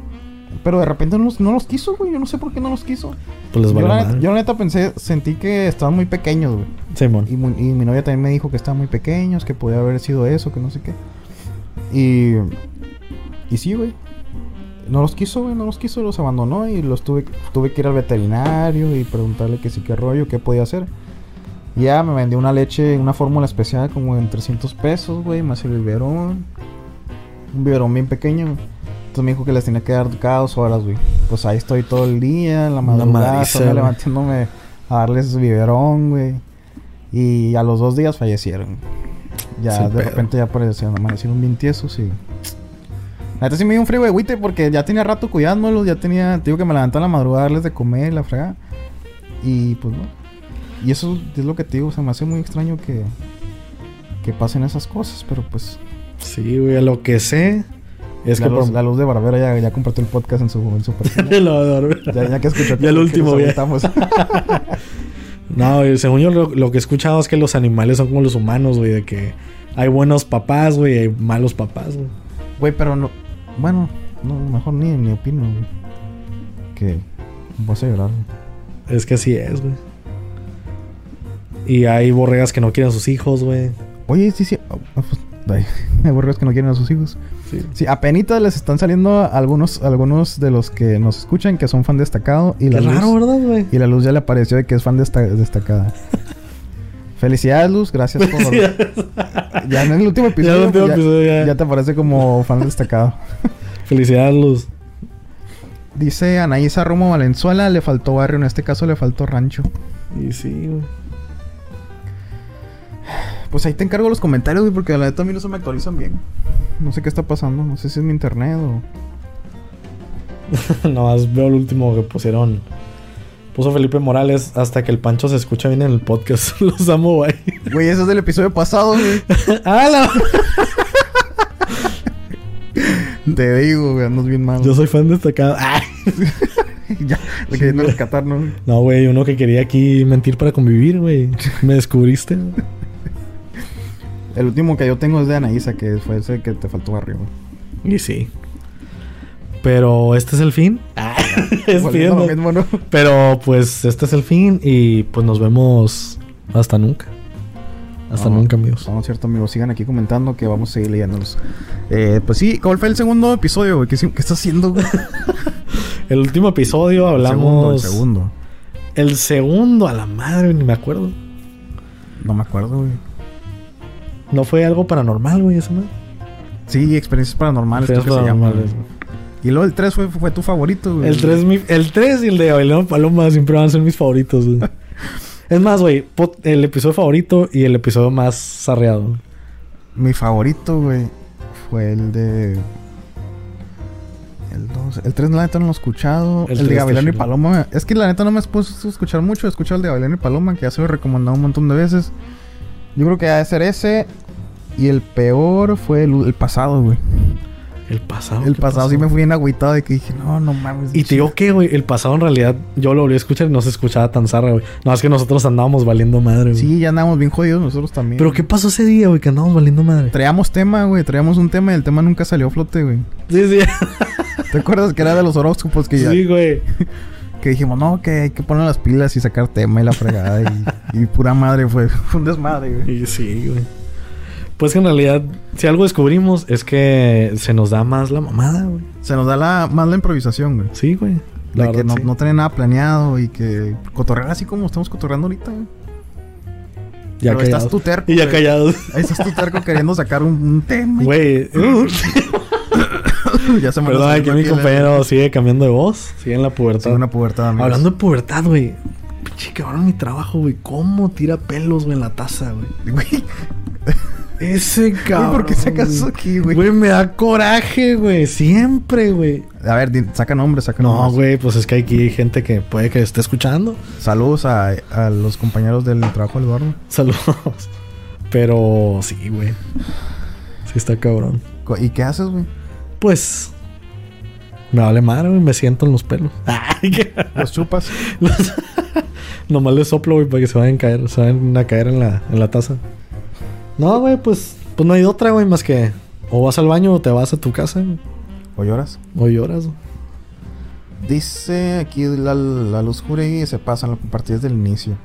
Speaker 2: Pero de repente no los, no los quiso, güey. Yo no sé por qué no los quiso.
Speaker 1: Pues les
Speaker 2: yo,
Speaker 1: vale
Speaker 2: la neta,
Speaker 1: madre.
Speaker 2: yo la neta pensé, sentí que estaban muy pequeños, güey.
Speaker 1: Simón.
Speaker 2: Y, mu- y mi novia también me dijo que estaban muy pequeños, que podía haber sido eso, que no sé qué. Y. Y sí, güey. No los quiso, güey, no los quiso, los abandonó y los tuve, tuve que ir al veterinario y preguntarle que sí, qué rollo, qué podía hacer. Ya me vendió una leche, una fórmula especial como en 300 pesos, güey, más el biberón. Un biberón bien pequeño, güey. Entonces me dijo que les tenía que dar cada dos horas, güey. Pues ahí estoy todo el día, en la madrugada,
Speaker 1: madriza,
Speaker 2: todavía
Speaker 1: güey.
Speaker 2: levantándome a darles biberón, güey. Y a los dos días fallecieron. Ya,
Speaker 1: Sin
Speaker 2: de
Speaker 1: pedo.
Speaker 2: repente ya aparecieron, amanecieron bien tiesos y... La neta sí me dio un frío de agüite porque ya tenía rato cuidándolos, ya tenía... te Digo que me levantaba en la madrugada a darles de comer, la fregada. Y pues no. Y eso es lo que te digo, se me hace muy extraño que... Que pasen esas cosas, pero pues...
Speaker 1: Sí, güey, a lo que sé es
Speaker 2: la,
Speaker 1: que
Speaker 2: luz,
Speaker 1: por
Speaker 2: la luz de Barbera ya, ya compartió el podcast en su, en su perfil.
Speaker 1: Lo va a dar, güey.
Speaker 2: ya, ya que escuchó que-
Speaker 1: Ya el
Speaker 2: que
Speaker 1: último,
Speaker 2: nos
Speaker 1: güey.
Speaker 2: aventamos.
Speaker 1: No, güey, según yo lo, lo que he escuchado es que los animales son como los humanos, güey, de que hay buenos papás, güey, y hay malos papás, güey.
Speaker 2: Güey, pero no. Bueno, no, mejor ni, ni opino, güey. Que. Vas a llorar. güey.
Speaker 1: Es que así es, güey. Y hay borregas que no quieren a sus hijos, güey.
Speaker 2: Oye, sí, sí. ah, ah, pues, ay, hay borregos que no quieren a sus hijos.
Speaker 1: Sí.
Speaker 2: Sí, apenitas les están saliendo algunos, algunos de los que nos escuchan que son fan destacado. Y la
Speaker 1: Qué
Speaker 2: luz,
Speaker 1: raro, ¿verdad, güey?
Speaker 2: Y la luz ya le apareció de que es fan desta- destacada. Felicidades, Luz. Gracias por.
Speaker 1: Sí,
Speaker 2: ya en el último
Speaker 1: ya
Speaker 2: episodio.
Speaker 1: no tengo
Speaker 2: ya-
Speaker 1: episodio, ya.
Speaker 2: ya te aparece como fan destacado.
Speaker 1: Felicidades, Luz.
Speaker 2: Dice Anaísa Romo Valenzuela, le faltó barrio, en este caso le faltó rancho.
Speaker 1: Y sí, güey.
Speaker 2: Pues ahí te encargo los comentarios, güey, porque la neta a mí no se me actualizan bien. No sé qué está pasando, no sé si es mi internet o...
Speaker 1: Nomás veo el último que pusieron. Puso Felipe Morales hasta que el Pancho se escucha bien en el podcast. Los amo, güey.
Speaker 2: Güey, eso es del episodio pasado, güey. Ah,
Speaker 1: ¡Hala!
Speaker 2: Te digo, güey, andas bien mal.
Speaker 1: Yo soy fan destacado. ¡Ay!
Speaker 2: ya, le queriendo rescatarnos. güey.
Speaker 1: ah, No, güey, uno que quería aquí mentir para convivir, güey. Me descubriste. güey.
Speaker 2: El último que yo tengo es de Anaísa, que fue ese que te faltó barrio, güey.
Speaker 1: Y sí. Pero este es el fin. es
Speaker 2: Ah, Volviendo
Speaker 1: fin.
Speaker 2: a lo mismo, ¿no?
Speaker 1: Pero pues este es el fin y pues nos vemos hasta nunca. Hasta
Speaker 2: No,
Speaker 1: nunca, amigos.
Speaker 2: No, no es cierto, amigos. Sigan aquí comentando que vamos a seguir leyéndolos. Eh, pues sí, ¿cuál fue el segundo episodio, güey? ¿Qué, sí- qué estás haciendo, güey?
Speaker 1: El último episodio hablamos.
Speaker 2: El segundo, el
Speaker 1: el
Speaker 2: segundo.
Speaker 1: segundo, a la madre, ni me acuerdo.
Speaker 2: No me acuerdo, güey.
Speaker 1: No fue algo paranormal, güey, esa madre.
Speaker 2: Sí, experiencias paranormales. creo que se llama,
Speaker 1: Paranormales,
Speaker 2: güey. Y luego el 3 fue, fue tu favorito, güey.
Speaker 1: El 3, el tres y el de Bailando Paloma siempre van a ser mis favoritos, güey. Es más, güey, pot- el episodio favorito y el episodio más sarreado.
Speaker 2: Mi favorito, güey, fue el de. El 2. El 3, la neta, no lo he escuchado.
Speaker 1: El
Speaker 2: El,
Speaker 1: tres
Speaker 2: de
Speaker 1: está
Speaker 2: Gavilán y
Speaker 1: chido.
Speaker 2: Paloma. Es que la neta no me puesto a escuchar mucho. He escuchado el de Gavilán y Paloma, que ya se lo he recomendado un montón de veces. Yo creo que ha de ser ese. Y el peor fue el, el pasado, güey.
Speaker 1: El pasado.
Speaker 2: El
Speaker 1: ¿qué
Speaker 2: pasado
Speaker 1: pasó?
Speaker 2: sí me fui bien agüitado de que dije, no, no mames.
Speaker 1: Y te digo que, güey, el pasado en realidad yo lo volví a escuchar y no se escuchaba tan zarra, güey. No, es que nosotros andábamos valiendo madre, güey.
Speaker 2: Sí, ya andábamos bien jodidos nosotros también.
Speaker 1: Pero ¿qué pasó ese día, güey? Que andábamos valiendo madre.
Speaker 2: Traíamos tema, güey. Traíamos un tema y el tema nunca salió a flote, güey.
Speaker 1: Sí, sí.
Speaker 2: ¿Te acuerdas que era de los horóscopos que ya,
Speaker 1: Sí, güey.
Speaker 2: que dijimos, no, que hay que poner las pilas y sacar tema y la fregada y, y pura madre fue, fue un desmadre, güey.
Speaker 1: Y sí, güey. Pues que en realidad, si algo descubrimos es que se nos da más la mamada, güey.
Speaker 2: Se nos da la, más la improvisación, güey.
Speaker 1: Sí, güey. La
Speaker 2: La que
Speaker 1: verdad,
Speaker 2: no,
Speaker 1: sí.
Speaker 2: no tener nada planeado y que cotorrear así como estamos cotorreando ahorita, güey.
Speaker 1: Ya
Speaker 2: Pero estás
Speaker 1: callados.
Speaker 2: tu terco.
Speaker 1: Y ya
Speaker 2: güey.
Speaker 1: callados.
Speaker 2: Ahí estás tu terco queriendo sacar un, un tema.
Speaker 1: Güey.
Speaker 2: ya se me
Speaker 1: Perdón,
Speaker 2: salió
Speaker 1: aquí
Speaker 2: la
Speaker 1: mi
Speaker 2: piel,
Speaker 1: compañero sigue cambiando de voz. Sigue en la
Speaker 2: eh.
Speaker 1: pubertad.
Speaker 2: Soy una pubertad, amigos.
Speaker 1: Hablando de pubertad, güey. Pinche cabrón mi trabajo, güey. ¿Cómo tira pelos, güey, en la taza, güey?
Speaker 2: Güey,
Speaker 1: Ese cabrón.
Speaker 2: ¿por qué sacas eso
Speaker 1: güey?
Speaker 2: aquí, güey?
Speaker 1: Güey, me da coraje, güey. Siempre, güey.
Speaker 2: A ver, di- saca nombres, saca
Speaker 1: No,
Speaker 2: nombres.
Speaker 1: güey, pues es que aquí hay gente que puede que esté escuchando.
Speaker 2: Saludos a, a los compañeros del trabajo del Eduardo.
Speaker 1: Saludos. Pero sí, güey. Sí está cabrón.
Speaker 2: Co- ¿Y qué haces, güey?
Speaker 1: Pues... Me vale madre, güey. Me siento en los pelos. Ay, qué...
Speaker 2: Los chupas.
Speaker 1: Los- Nomás le soplo, güey, para que se vayan a caer, se vayan a caer en la, en la taza. No, güey, pues, pues no hay otra, güey, más que o vas al baño o te vas a tu casa güey,
Speaker 2: ¿O lloras?
Speaker 1: o lloras. güey.
Speaker 2: Dice aquí la, la luz juregui se pasan a partir desde el inicio.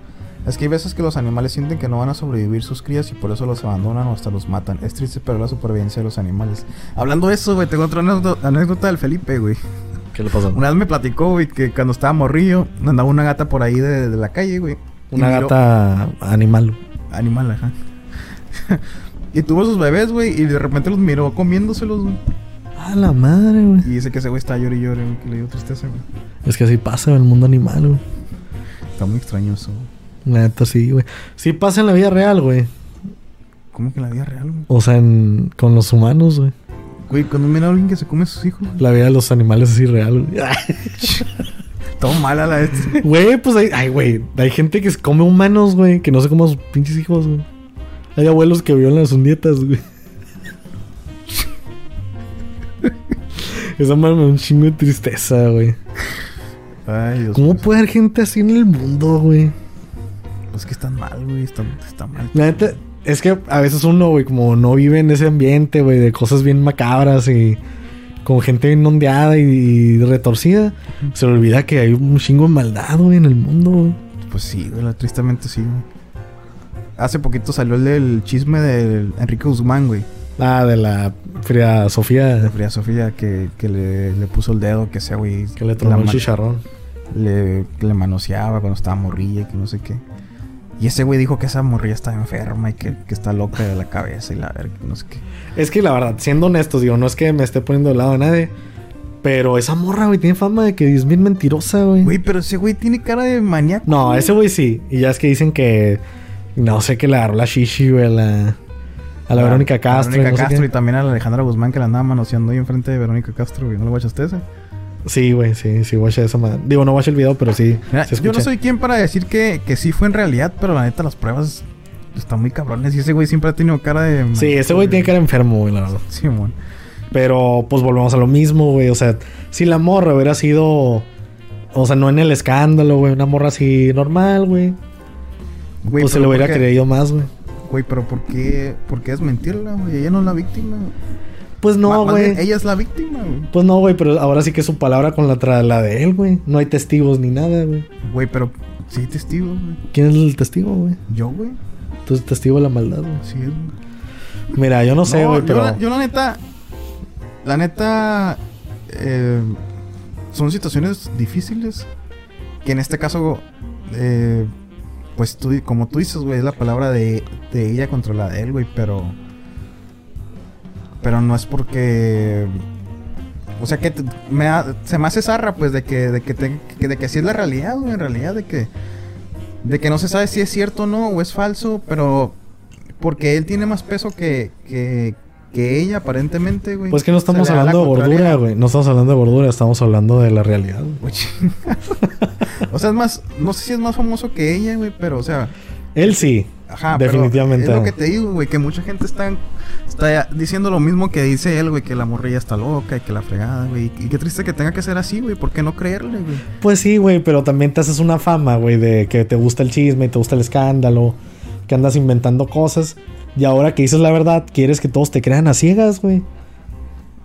Speaker 2: Es que hay veces que los animales sienten que no van a sobrevivir sus crías y por eso los abandonan o hasta los matan. Es triste, pero la supervivencia de los animales. Hablando de eso, güey, tengo otra anécdota, anécdota del Felipe, güey.
Speaker 1: ¿Qué le pasó?
Speaker 2: Una vez me platicó, güey, que cuando estaba morrillo, andaba una gata por ahí de, de la calle, güey. y
Speaker 1: Una
Speaker 2: miró-
Speaker 1: gata animal.
Speaker 2: Animal, ajá. y tuvo sus bebés, güey, y de repente los miró comiéndoselos, güey.
Speaker 1: A la madre, güey.
Speaker 2: Y dice que ese güey está llore y llore, güey, que le dio tristeza, güey.
Speaker 1: Es que así pasa en el mundo animal, güey.
Speaker 2: Está muy extrañoso, güey.
Speaker 1: La neta sí, güey. Sí pasa en la vida real, güey.
Speaker 2: ¿Cómo que en la vida real, güey?
Speaker 1: O sea, en- con los humanos, güey.
Speaker 2: Güey, cuando mira a alguien que se come a sus hijos, güey.
Speaker 1: La vida de los animales es irreal, güey.
Speaker 2: Todo mala la este.
Speaker 1: Güey, pues hay, ay, güey, hay gente que se come humanos, güey, que no se come a sus pinches hijos, güey. Hay abuelos que violan a sus nietas, güey. Esa madre me da un chingo de tristeza, güey.
Speaker 2: Ay, Dios
Speaker 1: ¿Cómo
Speaker 2: mío.
Speaker 1: puede haber gente así en el mundo, güey?
Speaker 2: Pues que están mal, güey. Están, están mal.
Speaker 1: La neta, es que a veces uno, güey, como no vive en ese ambiente, güey, de cosas bien macabras y con gente bien ondeada y, y retorcida, se le olvida que hay un chingo de maldad, güey, en el mundo, güey.
Speaker 2: Pues sí, güey. la- Tristemente sí, güey. Hace poquito salió el, el chisme del Enrique Guzmán, güey.
Speaker 1: Ah, de la Fría
Speaker 2: De
Speaker 1: Sofía
Speaker 2: Fría Sofía, que, que le, le puso el dedo, que sea, güey.
Speaker 1: que le
Speaker 2: la
Speaker 1: tomó el
Speaker 2: ma-
Speaker 1: chicharrón.
Speaker 2: le, que le manoseaba cuando estaba morrilla y que no sé qué. Y ese güey dijo que esa morrilla está enferma y que, que está loca de la cabeza y la verga, que no sé qué.
Speaker 1: Es que la verdad, siendo honestos, digo, no es que me esté poniendo del lado de nadie, pero esa morra, güey, tiene fama de que es bien mentirosa, güey.
Speaker 2: Güey, pero ese güey tiene cara de maníaco.
Speaker 1: No, ese güey sí. Y ya es que dicen que. No sé que le agarró la shishi, güey, a la. A la Verónica Castro.
Speaker 2: Verónica
Speaker 1: no sé
Speaker 2: Castro
Speaker 1: qué.
Speaker 2: y también a la Alejandra Guzmán que la andaba manoseando ahí enfrente de Verónica Castro, güey. ¿No lo guachaste ese?
Speaker 1: Sí, güey, sí, sí, watch esa madre. Digo, no watch el video, pero sí.
Speaker 2: Mira,
Speaker 1: se
Speaker 2: yo no
Speaker 1: escucha.
Speaker 2: soy quien para decir que, que sí fue en realidad, pero la neta las pruebas están muy cabrones y ese güey siempre ha tenido cara de...
Speaker 1: Sí, ese güey tiene que estar enfermo, güey, la verdad.
Speaker 2: Sí, mon.
Speaker 1: Pero pues volvemos a lo mismo, güey. O sea, si la morra hubiera sido. O sea, no en el escándalo, güey. Una morra así normal, güey.
Speaker 2: Güey,
Speaker 1: Pues se
Speaker 2: pero
Speaker 1: lo hubiera
Speaker 2: ¿por qué?
Speaker 1: creído más, güey.
Speaker 2: Güey, pero ¿por qué, por qué es mentirla, güey? Ella no es la víctima.
Speaker 1: Pues
Speaker 2: Ma-
Speaker 1: no,
Speaker 2: más bien,
Speaker 1: güey.
Speaker 2: Ella es la víctima, güey.
Speaker 1: Pues no, güey, pero ahora sí que su palabra con la, tra- la de él, güey. No hay testigos ni nada, güey.
Speaker 2: Güey, pero sí hay testigo, güey.
Speaker 1: ¿Quién es el testigo, güey?
Speaker 2: Yo, güey.
Speaker 1: Tú eres testigo de la maldad, güey.
Speaker 2: Así es, güey.
Speaker 1: Mira, yo no sé,
Speaker 2: No,
Speaker 1: güey,
Speaker 2: yo
Speaker 1: pero.
Speaker 2: la- Yo, la neta. La neta. eh, son situaciones difíciles. Que en este caso. eh, pues tú, como tú dices, güey, es la palabra de, de ella contra la de él, güey, pero. Pero no es porque. O sea que te- me da- se me hace zarra, pues, de que, de que, te- que- de que así es la realidad, güey, en realidad, de que. De que no se sabe si es cierto o no, o es falso, pero porque él tiene más peso que, que, que ella, aparentemente, güey.
Speaker 1: Pues que no
Speaker 2: Se le
Speaker 1: estamos
Speaker 2: da la
Speaker 1: hablando de
Speaker 2: contraria.
Speaker 1: gordura, güey. No estamos hablando de gordura, estamos hablando de la realidad. güey.
Speaker 2: Güey, o sea, es más. No sé si es más famoso que ella, güey, pero, o sea.
Speaker 1: Él sí.
Speaker 2: Ajá,
Speaker 1: Definitivamente.
Speaker 2: Pero es lo que te digo, güey, que mucha gente está, está diciendo lo mismo que dice él, güey, que la morrilla está loca y que la fregada, güey. Y qué triste que tenga que ser así, güey, ¿por qué no creerle, güey?
Speaker 1: Pues sí, güey, pero también te haces una fama, güey, de que te gusta el chisme, te gusta el escándalo, que andas inventando cosas. Y ahora que dices la verdad, quieres que todos te crean a ciegas, güey.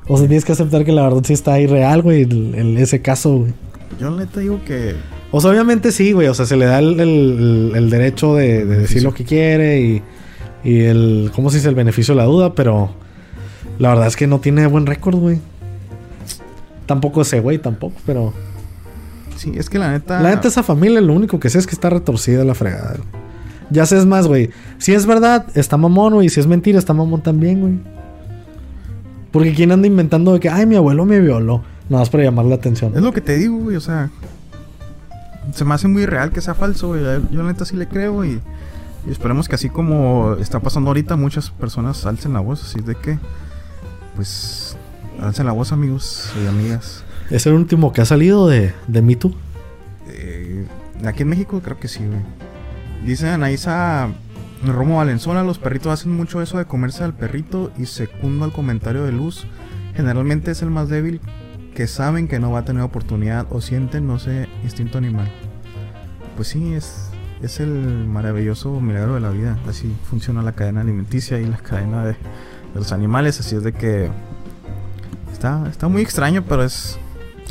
Speaker 1: O sea, tienes que aceptar que la verdad sí está irreal, güey, el- el- ese caso, güey.
Speaker 2: Yo le te digo que.
Speaker 1: O sea, obviamente sí, güey. O sea, se le da el, el- el derecho de, de decir
Speaker 2: Beneficio.
Speaker 1: lo que quiere y, y el, ¿cómo se dice? El beneficio de la duda, pero la verdad es que no tiene buen récord, güey. Tampoco ese güey, tampoco, pero...
Speaker 2: Sí, es que la neta.
Speaker 1: La neta, esa familia lo único que sé es que está retorcida la fregada. güey. Ya sé, es más, güey. Si es verdad, está mamón, güey. Si es mentira, está mamón también, güey. Porque quién anda inventando de que, ay, mi abuelo me violó. Nada más para llamar la atención.
Speaker 2: Es lo que te digo, güey, o sea. Se me hace muy real que sea falso, güey. Yo la neta sí le creo y, y esperemos que así como está pasando ahorita, muchas personas alcen la voz, así de que. Pues. Alcen la voz, amigos y amigas.
Speaker 1: Es el último que ha salido de, de Me Too.
Speaker 2: Eh, aquí en México creo que sí, güey. Dice Anaísa Romo Valenzuela, los perritos hacen mucho eso de comerse al perrito y secundo al comentario de Luz. Generalmente es el más débil que saben que no va a tener oportunidad o sienten, no sé, instinto animal. Pues sí, es, es el maravilloso milagro de la vida. Así funciona la cadena alimenticia y la cadena de, de los animales. Así es de que está, está muy extraño, pero es,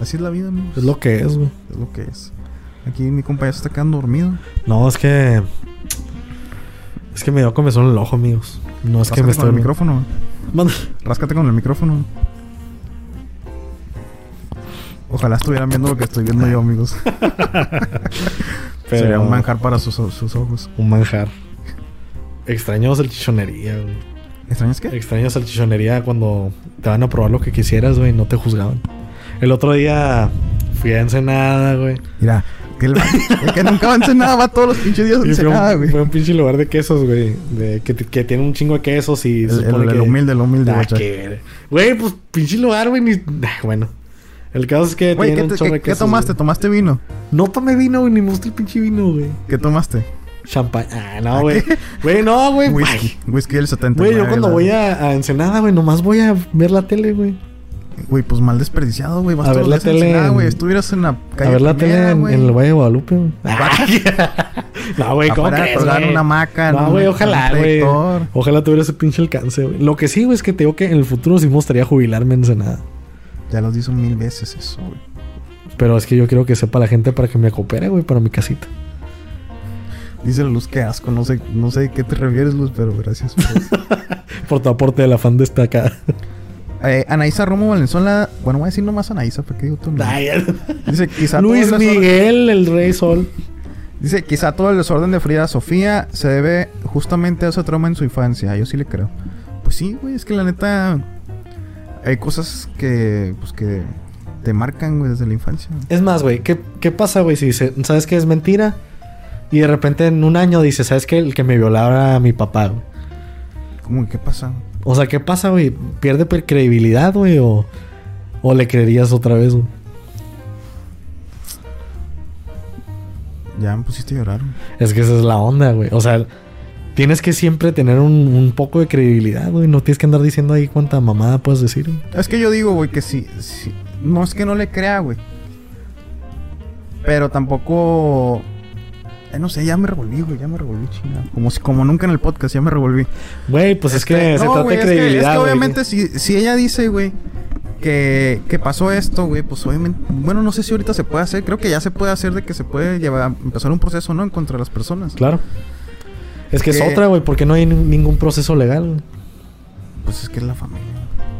Speaker 2: Así es la vida, amigos.
Speaker 1: Es lo que es, güey.
Speaker 2: Es lo que es. Aquí mi compa ya se está quedando dormido.
Speaker 1: No, es que. Es que me dio comezón en el ojo, amigos. No es que me
Speaker 2: Ráscate con
Speaker 1: estoy.
Speaker 2: el micrófono.
Speaker 1: Manda-
Speaker 2: Ráscate con el micrófono. Ojalá estuvieran viendo lo que estoy viendo yo, amigos.
Speaker 1: Pero-
Speaker 2: Sería un manjar para sus, sus ojos.
Speaker 1: Un manjar. Extraño salchichonería, güey.
Speaker 2: ¿Extrañas qué?
Speaker 1: Extraño salchichonería cuando te van a probar lo que quisieras, güey, y no te juzgaban. El otro día fui a Ensenada, güey.
Speaker 2: Mira, que el, el que nunca avance nada va todos los pinches días a
Speaker 1: Y fue,
Speaker 2: Ensenada,
Speaker 1: un,
Speaker 2: güey.
Speaker 1: fue un pinche lugar de quesos, güey. de- que, que tiene un chingo de quesos y
Speaker 2: El, el- el humilde, el humilde,
Speaker 1: Ah,
Speaker 2: guacha.
Speaker 1: qué ver- Güey, pues pinche lugar, güey. Ni... Ah, bueno. El caso es que
Speaker 2: Güey,
Speaker 1: tiene
Speaker 2: ¿qué,
Speaker 1: un
Speaker 2: te-
Speaker 1: chorro
Speaker 2: qué-
Speaker 1: de
Speaker 2: qué
Speaker 1: quesos,
Speaker 2: tomaste?
Speaker 1: güey.
Speaker 2: ¿Tomaste vino?
Speaker 1: No tomé vino, güey. Ni me gusta el pinche vino, güey.
Speaker 2: ¿Qué tomaste?
Speaker 1: Champaña. Ah, no, güey. Güey, no, güey.
Speaker 2: Whisky. Whisky del 70.
Speaker 1: Güey, yo cuando voy a, a Ensenada, güey, nomás voy a ver la tele, güey.
Speaker 2: Güey, pues mal desperdiciado, güey. Vas
Speaker 1: A ver
Speaker 2: todos
Speaker 1: la
Speaker 2: los días a
Speaker 1: tele
Speaker 2: Ensenada,
Speaker 1: en-
Speaker 2: güey. Estuvieras en la calle
Speaker 1: a ver la tele
Speaker 2: Primera,
Speaker 1: en,
Speaker 2: güey.
Speaker 1: en el Valle de Guadalupe, güey. no, güey,
Speaker 2: A
Speaker 1: ¿cómo
Speaker 2: parar a
Speaker 1: crees,
Speaker 2: colgar
Speaker 1: güey?
Speaker 2: pues, una hamaca en
Speaker 1: No,
Speaker 2: un-
Speaker 1: güey,
Speaker 2: en un
Speaker 1: ojalá, güey.
Speaker 2: proyector.
Speaker 1: Ojalá tuviera ese pinche alcance, güey. Lo que sí, güey, es que te digo que en el futuro sí me gustaría jubilarme en Ensenada.
Speaker 2: Ya los hizo mil veces eso, güey.
Speaker 1: Pero es que yo quiero que sepa la gente para que me coopere, güey, para mi casita.
Speaker 2: Dice la Luz que asco, no sé, no sé de qué te refieres, Luz, pero gracias. por eso.
Speaker 1: Por tu aporte del afán destacada.
Speaker 2: eh, Anaísa Romo Valenzuela, bueno, voy a decir nomás Anaísa, porque digo tú Dice, quizá todo el
Speaker 1: Luis
Speaker 2: desorden-
Speaker 1: Miguel, el Rey Sol.
Speaker 2: Dice, quizá todo el desorden de Frida Sofía se debe justamente a ese trauma en su infancia. Ah, Yo sí le creo. Pues sí, güey, es que la neta. Hay cosas que. Pues que. Te marcan, güey, desde la infancia.
Speaker 1: Es más, güey, ¿qué, ¿qué pasa, güey? Si dice, ¿sabes qué es mentira? Y de repente en un año dice, ¿sabes qué? El que me violaba a mi papá, güey.
Speaker 2: ¿Cómo que qué pasa?
Speaker 1: O sea, ¿qué pasa, güey? ¿Pierde per- credibilidad, güey? O, ¿O le creerías otra vez, güey?
Speaker 2: Ya me pusiste a llorar. güey.
Speaker 1: Es que esa es la onda, güey. O sea, tienes que siempre tener un, un poco de credibilidad, güey. No tienes que andar diciendo ahí cuánta mamada puedes decir, güey.
Speaker 2: Es que yo digo, güey, que sí, sí. No es que no le crea, güey. Pero tampoco. eh, no sé, ya me revolví, güey, ya me revolví, chingada. Como, si, como nunca en el podcast, ya me revolví.
Speaker 1: Güey, pues es que
Speaker 2: Este,
Speaker 1: se
Speaker 2: no,
Speaker 1: trata
Speaker 2: güey,
Speaker 1: de
Speaker 2: es que-
Speaker 1: credibilidad,
Speaker 2: Es que,
Speaker 1: güey.
Speaker 2: obviamente, si, si ella dice, güey, que, que pasó esto, güey, pues obviamente. Bueno, no sé si ahorita se puede hacer. Creo que ya se puede hacer de que se puede llevar, empezar un proceso, ¿no? En contra de las personas.
Speaker 1: Claro. Es que es
Speaker 2: Que-
Speaker 1: otra, güey, porque no hay ni- ningún proceso legal. güey.
Speaker 2: Pues es que es la familia.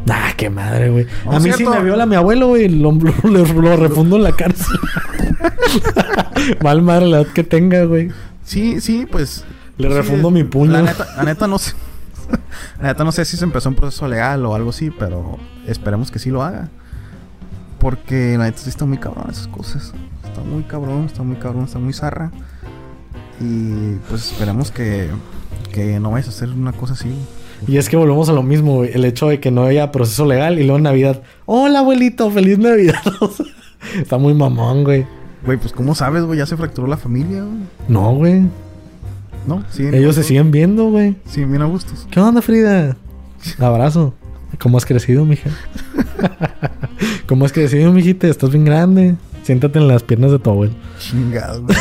Speaker 1: Ah, qué madre, güey.
Speaker 2: No,
Speaker 1: A mí
Speaker 2: cierto.
Speaker 1: sí me viola mi abuelo, güey. Lo, lo- lo- lo refundo en la cárcel. Mal madre la edad que tenga, güey.
Speaker 2: Sí, sí, pues.
Speaker 1: Le
Speaker 2: sí,
Speaker 1: refundo mi puño.
Speaker 2: La neta, la neta no sé. La neta no sé si se empezó un proceso legal o algo así, pero esperemos que sí lo haga. Porque la neta sí está muy cabrón esas cosas. Está muy cabrón, está muy cabrón, está muy zarra. Y pues esperemos que, que no vayas a hacer una cosa así.
Speaker 1: Y es que volvemos a lo mismo, güey. El hecho de que no haya proceso legal y luego en Navidad. Hola, abuelito, feliz Navidad. O sea, Está muy mamón, güey.
Speaker 2: Güey, pues ¿cómo sabes, güey? Ya se fracturó la familia, güey.
Speaker 1: No, güey.
Speaker 2: ¿No? Siguen-
Speaker 1: Ellos se siguen viendo, güey.
Speaker 2: Siguen bien a gustos.
Speaker 1: ¿Qué onda, Frida? Abrazo. ¿Cómo has crecido, mija? ¿Cómo has crecido, mijita? Estás bien grande. Siéntate en las piernas de tu abuelo.
Speaker 2: Chingado, güey.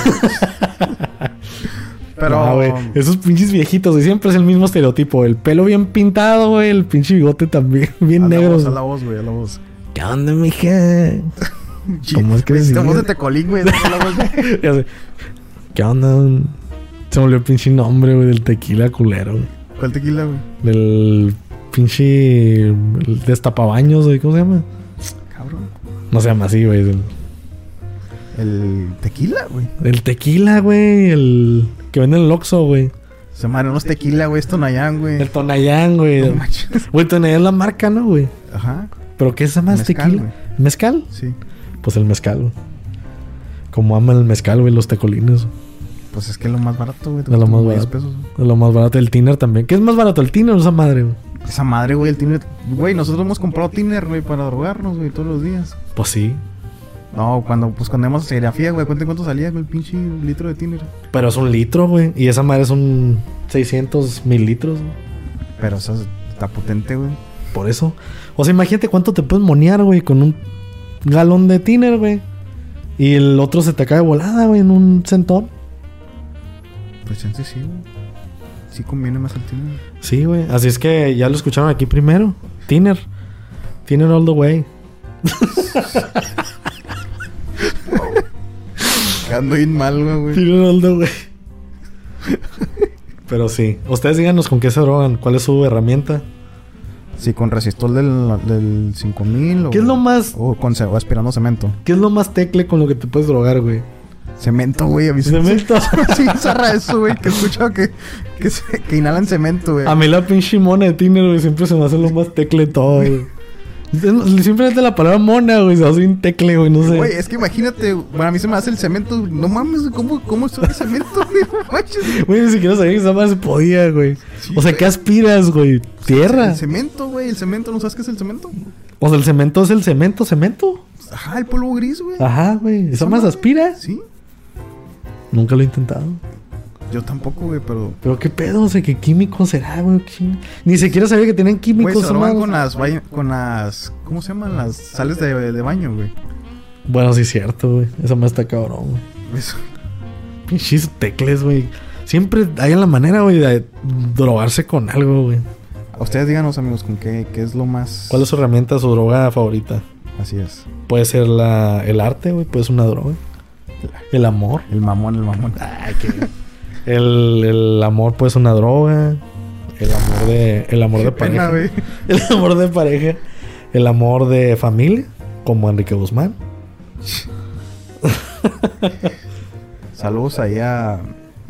Speaker 2: pero...
Speaker 1: Ah, güey. Esos pinches viejitos, güey. Siempre es el mismo estereotipo. El pelo bien pintado, güey. El pinche bigote también bien
Speaker 2: a la
Speaker 1: negro.
Speaker 2: voz, a
Speaker 1: güey.
Speaker 2: la voz, güey, a la voz.
Speaker 1: ¿Qué onda, mija? ¿Cómo es que
Speaker 2: Güey,
Speaker 1: sí?
Speaker 2: Estamos de Tecolín, güey. no hablamos de-
Speaker 1: Ya sé. ¿Qué onda? Se me olvidó el pinche nombre, güey, del tequila culero, güey.
Speaker 2: ¿Cuál tequila, güey?
Speaker 1: Del pinche el destapabaños, güey. ¿Cómo se llama?
Speaker 2: Cabrón.
Speaker 1: No se llama así, güey. El,
Speaker 2: El tequila, güey.
Speaker 1: el tequila, güey. El que venden en el Oxxo, güey.
Speaker 2: Se llamaron unos tequila, güey. Esto Nayan, güey.
Speaker 1: El Tonayán, güey.
Speaker 2: No manches.
Speaker 1: Güey, Tonayán es la marca, ¿no, güey?
Speaker 2: Ajá.
Speaker 1: ¿Pero qué es esa más
Speaker 2: Mezcal,
Speaker 1: tequila?
Speaker 2: güey.
Speaker 1: ¿Mezcal?
Speaker 2: Sí.
Speaker 1: Pues el mezcal, güey. Como aman el mezcal, güey, los tecolines.
Speaker 2: Pues es que es lo más barato, güey.
Speaker 1: Es lo más
Speaker 2: como 10
Speaker 1: barato.
Speaker 2: pesos, güey.
Speaker 1: Es lo más barato. El tiner también. ¿Qué es más barato, el tiner o esa madre, güey?
Speaker 2: Esa madre, güey. El Tiner. Güey, nosotros hemos comprado Tiner, güey, para drogarnos, güey, todos los días.
Speaker 1: Pues sí.
Speaker 2: No, cuando, pues cuando hemos serigrafía, güey. Cuenten cuánto salía, güey, el pinche litro de Tiner.
Speaker 1: Pero es un litro, güey. Y esa madre es un 600 mililitros, güey.
Speaker 2: Pero eso es- está potente, güey.
Speaker 1: Por eso. O sea, imagínate cuánto te puedes monear, güey, con un galón de tiner, güey. Y el otro se te cae volada, güey, en un centón.
Speaker 2: Pues chance sí, güey. Sí conviene más el Tiner.
Speaker 1: Sí, güey. Así es que ya lo escucharon aquí primero. Tiner. Tiner all the way.
Speaker 2: Ando bien mal, güey.
Speaker 1: Ronaldo, güey. Pero sí. Ustedes díganos con qué se drogan. ¿Cuál es su herramienta?
Speaker 2: Sí, con resistol del, del 5000 o...
Speaker 1: ¿Qué es lo más,
Speaker 2: O con ce- o aspirando cemento.
Speaker 1: qué es lo más tecle con lo que te puedes drogar, güey?
Speaker 2: Cemento, güey. A mí se-
Speaker 1: Cemento.
Speaker 2: sí, zarra eso, güey. Que he escuchado que, que, se- que inhalan cemento, güey.
Speaker 1: A mí la pinche mona de Tinder, güey, siempre se me hace lo más tecle de todo, güey. Es- Siempre es de la palabra mona, güey, se hace un tecle, güey, no sé.
Speaker 2: Güey, es que imagínate, bueno, a mí se me hace el cemento. No mames, ¿cómo, cómo es el cemento, güey? No manches.
Speaker 1: Güey, ni siquiera sabía que esa madre se podía, güey.
Speaker 2: Sí,
Speaker 1: o sea,
Speaker 2: güey.
Speaker 1: ¿qué aspiras, güey? Tierra.
Speaker 2: El cemento, güey, el cemento, ¿no sabes qué es el cemento?
Speaker 1: O sea, el cemento es el cemento, cemento.
Speaker 2: Ajá, el polvo gris, güey.
Speaker 1: Ajá, güey. ¿Esa más aspiras?
Speaker 2: Sí,
Speaker 1: Nunca lo he intentado.
Speaker 2: yo tampoco, güey, pero.
Speaker 1: Pero qué pedo, o sea, qué químico será, güey. ¿Qué- Ni siquiera sabía que tenían
Speaker 2: Güey, se
Speaker 1: químicos.
Speaker 2: drogan
Speaker 1: sumados.
Speaker 2: con las, baña- con las. ¿Cómo se llaman? Las sales de, de baño, güey.
Speaker 1: Bueno, sí es cierto, güey. Esa más está cabrón, güey.
Speaker 2: Eso.
Speaker 1: Pinches tecles, güey. Siempre hay la manera, güey, de drogarse con algo, güey.
Speaker 2: A ustedes díganos, amigos, con qué, qué es lo más.
Speaker 1: ¿Cuál es su herramienta, su droga favorita?
Speaker 2: Así es.
Speaker 1: Puede ser la, el arte, güey. Puede ser una droga. El amor.
Speaker 2: El mamón, el mamón.
Speaker 1: El, el amor, pues, una droga. El amor de, el amor de
Speaker 2: Pena,
Speaker 1: pareja.
Speaker 2: güey.
Speaker 1: El amor de pareja. El amor de familia, como Enrique Guzmán.
Speaker 2: Saludos ahí a,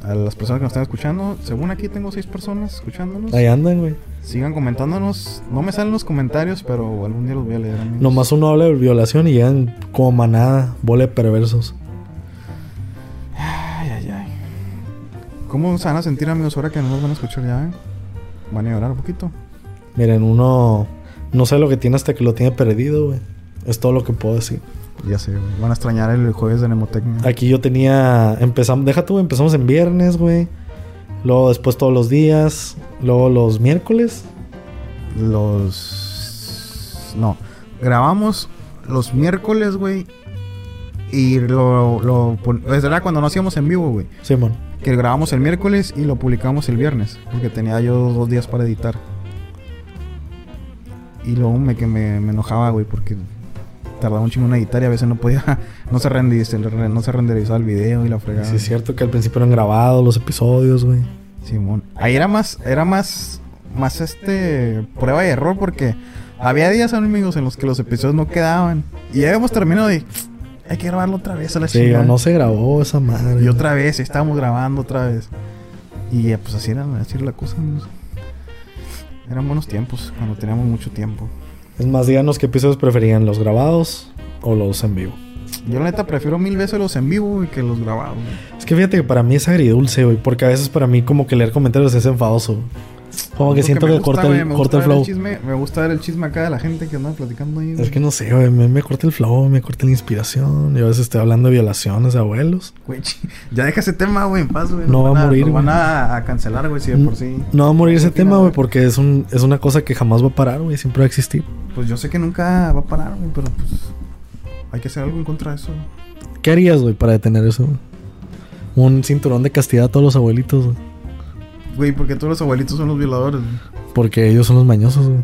Speaker 2: a las personas que nos están escuchando. Según aquí tengo seis personas escuchándonos.
Speaker 1: Ahí andan, güey.
Speaker 2: Sigan comentándonos. No me salen los comentarios, pero algún día los voy a leer. amigos.
Speaker 1: Nomás uno habla de violación y llegan como manada, bola de perversos.
Speaker 2: Ay, ay, ay. ¿Cómo se van a sentir, amigos, ahora que no nos van a escuchar ya? eh? Van a llorar un poquito.
Speaker 1: Miren, uno no sabe lo que tiene hasta que lo tiene perdido, güey. Es todo lo que puedo decir.
Speaker 2: Ya sé, güey. Van a extrañar el jueves de Nemotecnia.
Speaker 1: Aquí yo tenía. Empezamos. Deja tú, empezamos en viernes, güey. Luego después todos los días. Luego los miércoles.
Speaker 2: Los. No. Grabamos los miércoles, güey. Y lo. lo pon- pues, era cuando no hacíamos en vivo, güey.
Speaker 1: Simón.
Speaker 2: Que grabamos el miércoles y lo publicamos el viernes. Porque tenía yo dos días para editar. Y luego me, que me, me enojaba, güey, porque tardaba un chingo en editar y a veces no podía. No se, rendi- se re- no se renderizaba el video y la fregada.
Speaker 1: Sí, es cierto que al principio eran grabados los episodios, güey.
Speaker 2: Simón. Ahí era más, era más, más este prueba y error porque había días amigos en los que los episodios no quedaban. Y ya habíamos terminado de hay que grabarlo otra vez a la
Speaker 1: Sí,
Speaker 2: chingada".
Speaker 1: o no se grabó esa madre.
Speaker 2: Ah, Y otra vez, estábamos grabando otra vez. Y eh, pues así era, así era la cosa. amigos. Eran buenos tiempos, cuando teníamos mucho tiempo.
Speaker 1: Es más, díganos qué episodios preferían, los grabados o los en vivo.
Speaker 2: Yo la neta prefiero mil veces los en vivo güey, que los grabados. güey.
Speaker 1: Es que fíjate que para mí es agridulce, güey, porque a veces para mí como que leer comentarios es enfadoso. Como que
Speaker 2: Porque
Speaker 1: siento
Speaker 2: me
Speaker 1: que
Speaker 2: gusta,
Speaker 1: corta,
Speaker 2: güey,
Speaker 1: el,
Speaker 2: me
Speaker 1: corta
Speaker 2: gusta
Speaker 1: el
Speaker 2: ver
Speaker 1: flow.
Speaker 2: chisme- me gusta ver el chisme acá de la gente que anda platicando ahí. güey.
Speaker 1: Es que no sé, güey, me, me corta el flow, me corta la inspiración. Yo a veces estoy hablando de violaciones de abuelos.
Speaker 2: Güey, ya deja ese tema, güey, en paz, güey.
Speaker 1: No
Speaker 2: Nos
Speaker 1: va a
Speaker 2: van
Speaker 1: morir,
Speaker 2: nos
Speaker 1: güey. Mm.
Speaker 2: van a, a cancelar, güey, si de por sí.
Speaker 1: No va a morir ese
Speaker 2: Imagina,
Speaker 1: tema, güey,
Speaker 2: güey.
Speaker 1: porque es, un, es una cosa que jamás va a parar, güey, siempre va a existir.
Speaker 2: Pues yo sé que nunca va a parar, güey, pero pues. Hay que hacer algo en contra de eso. güey.
Speaker 1: ¿Qué harías, güey, para detener eso? güey? Un cinturón de castidad a todos los abuelitos, güey.
Speaker 2: Güey, porque todos los abuelitos son los violadores. güey.
Speaker 1: Porque ellos son los mañosos, güey.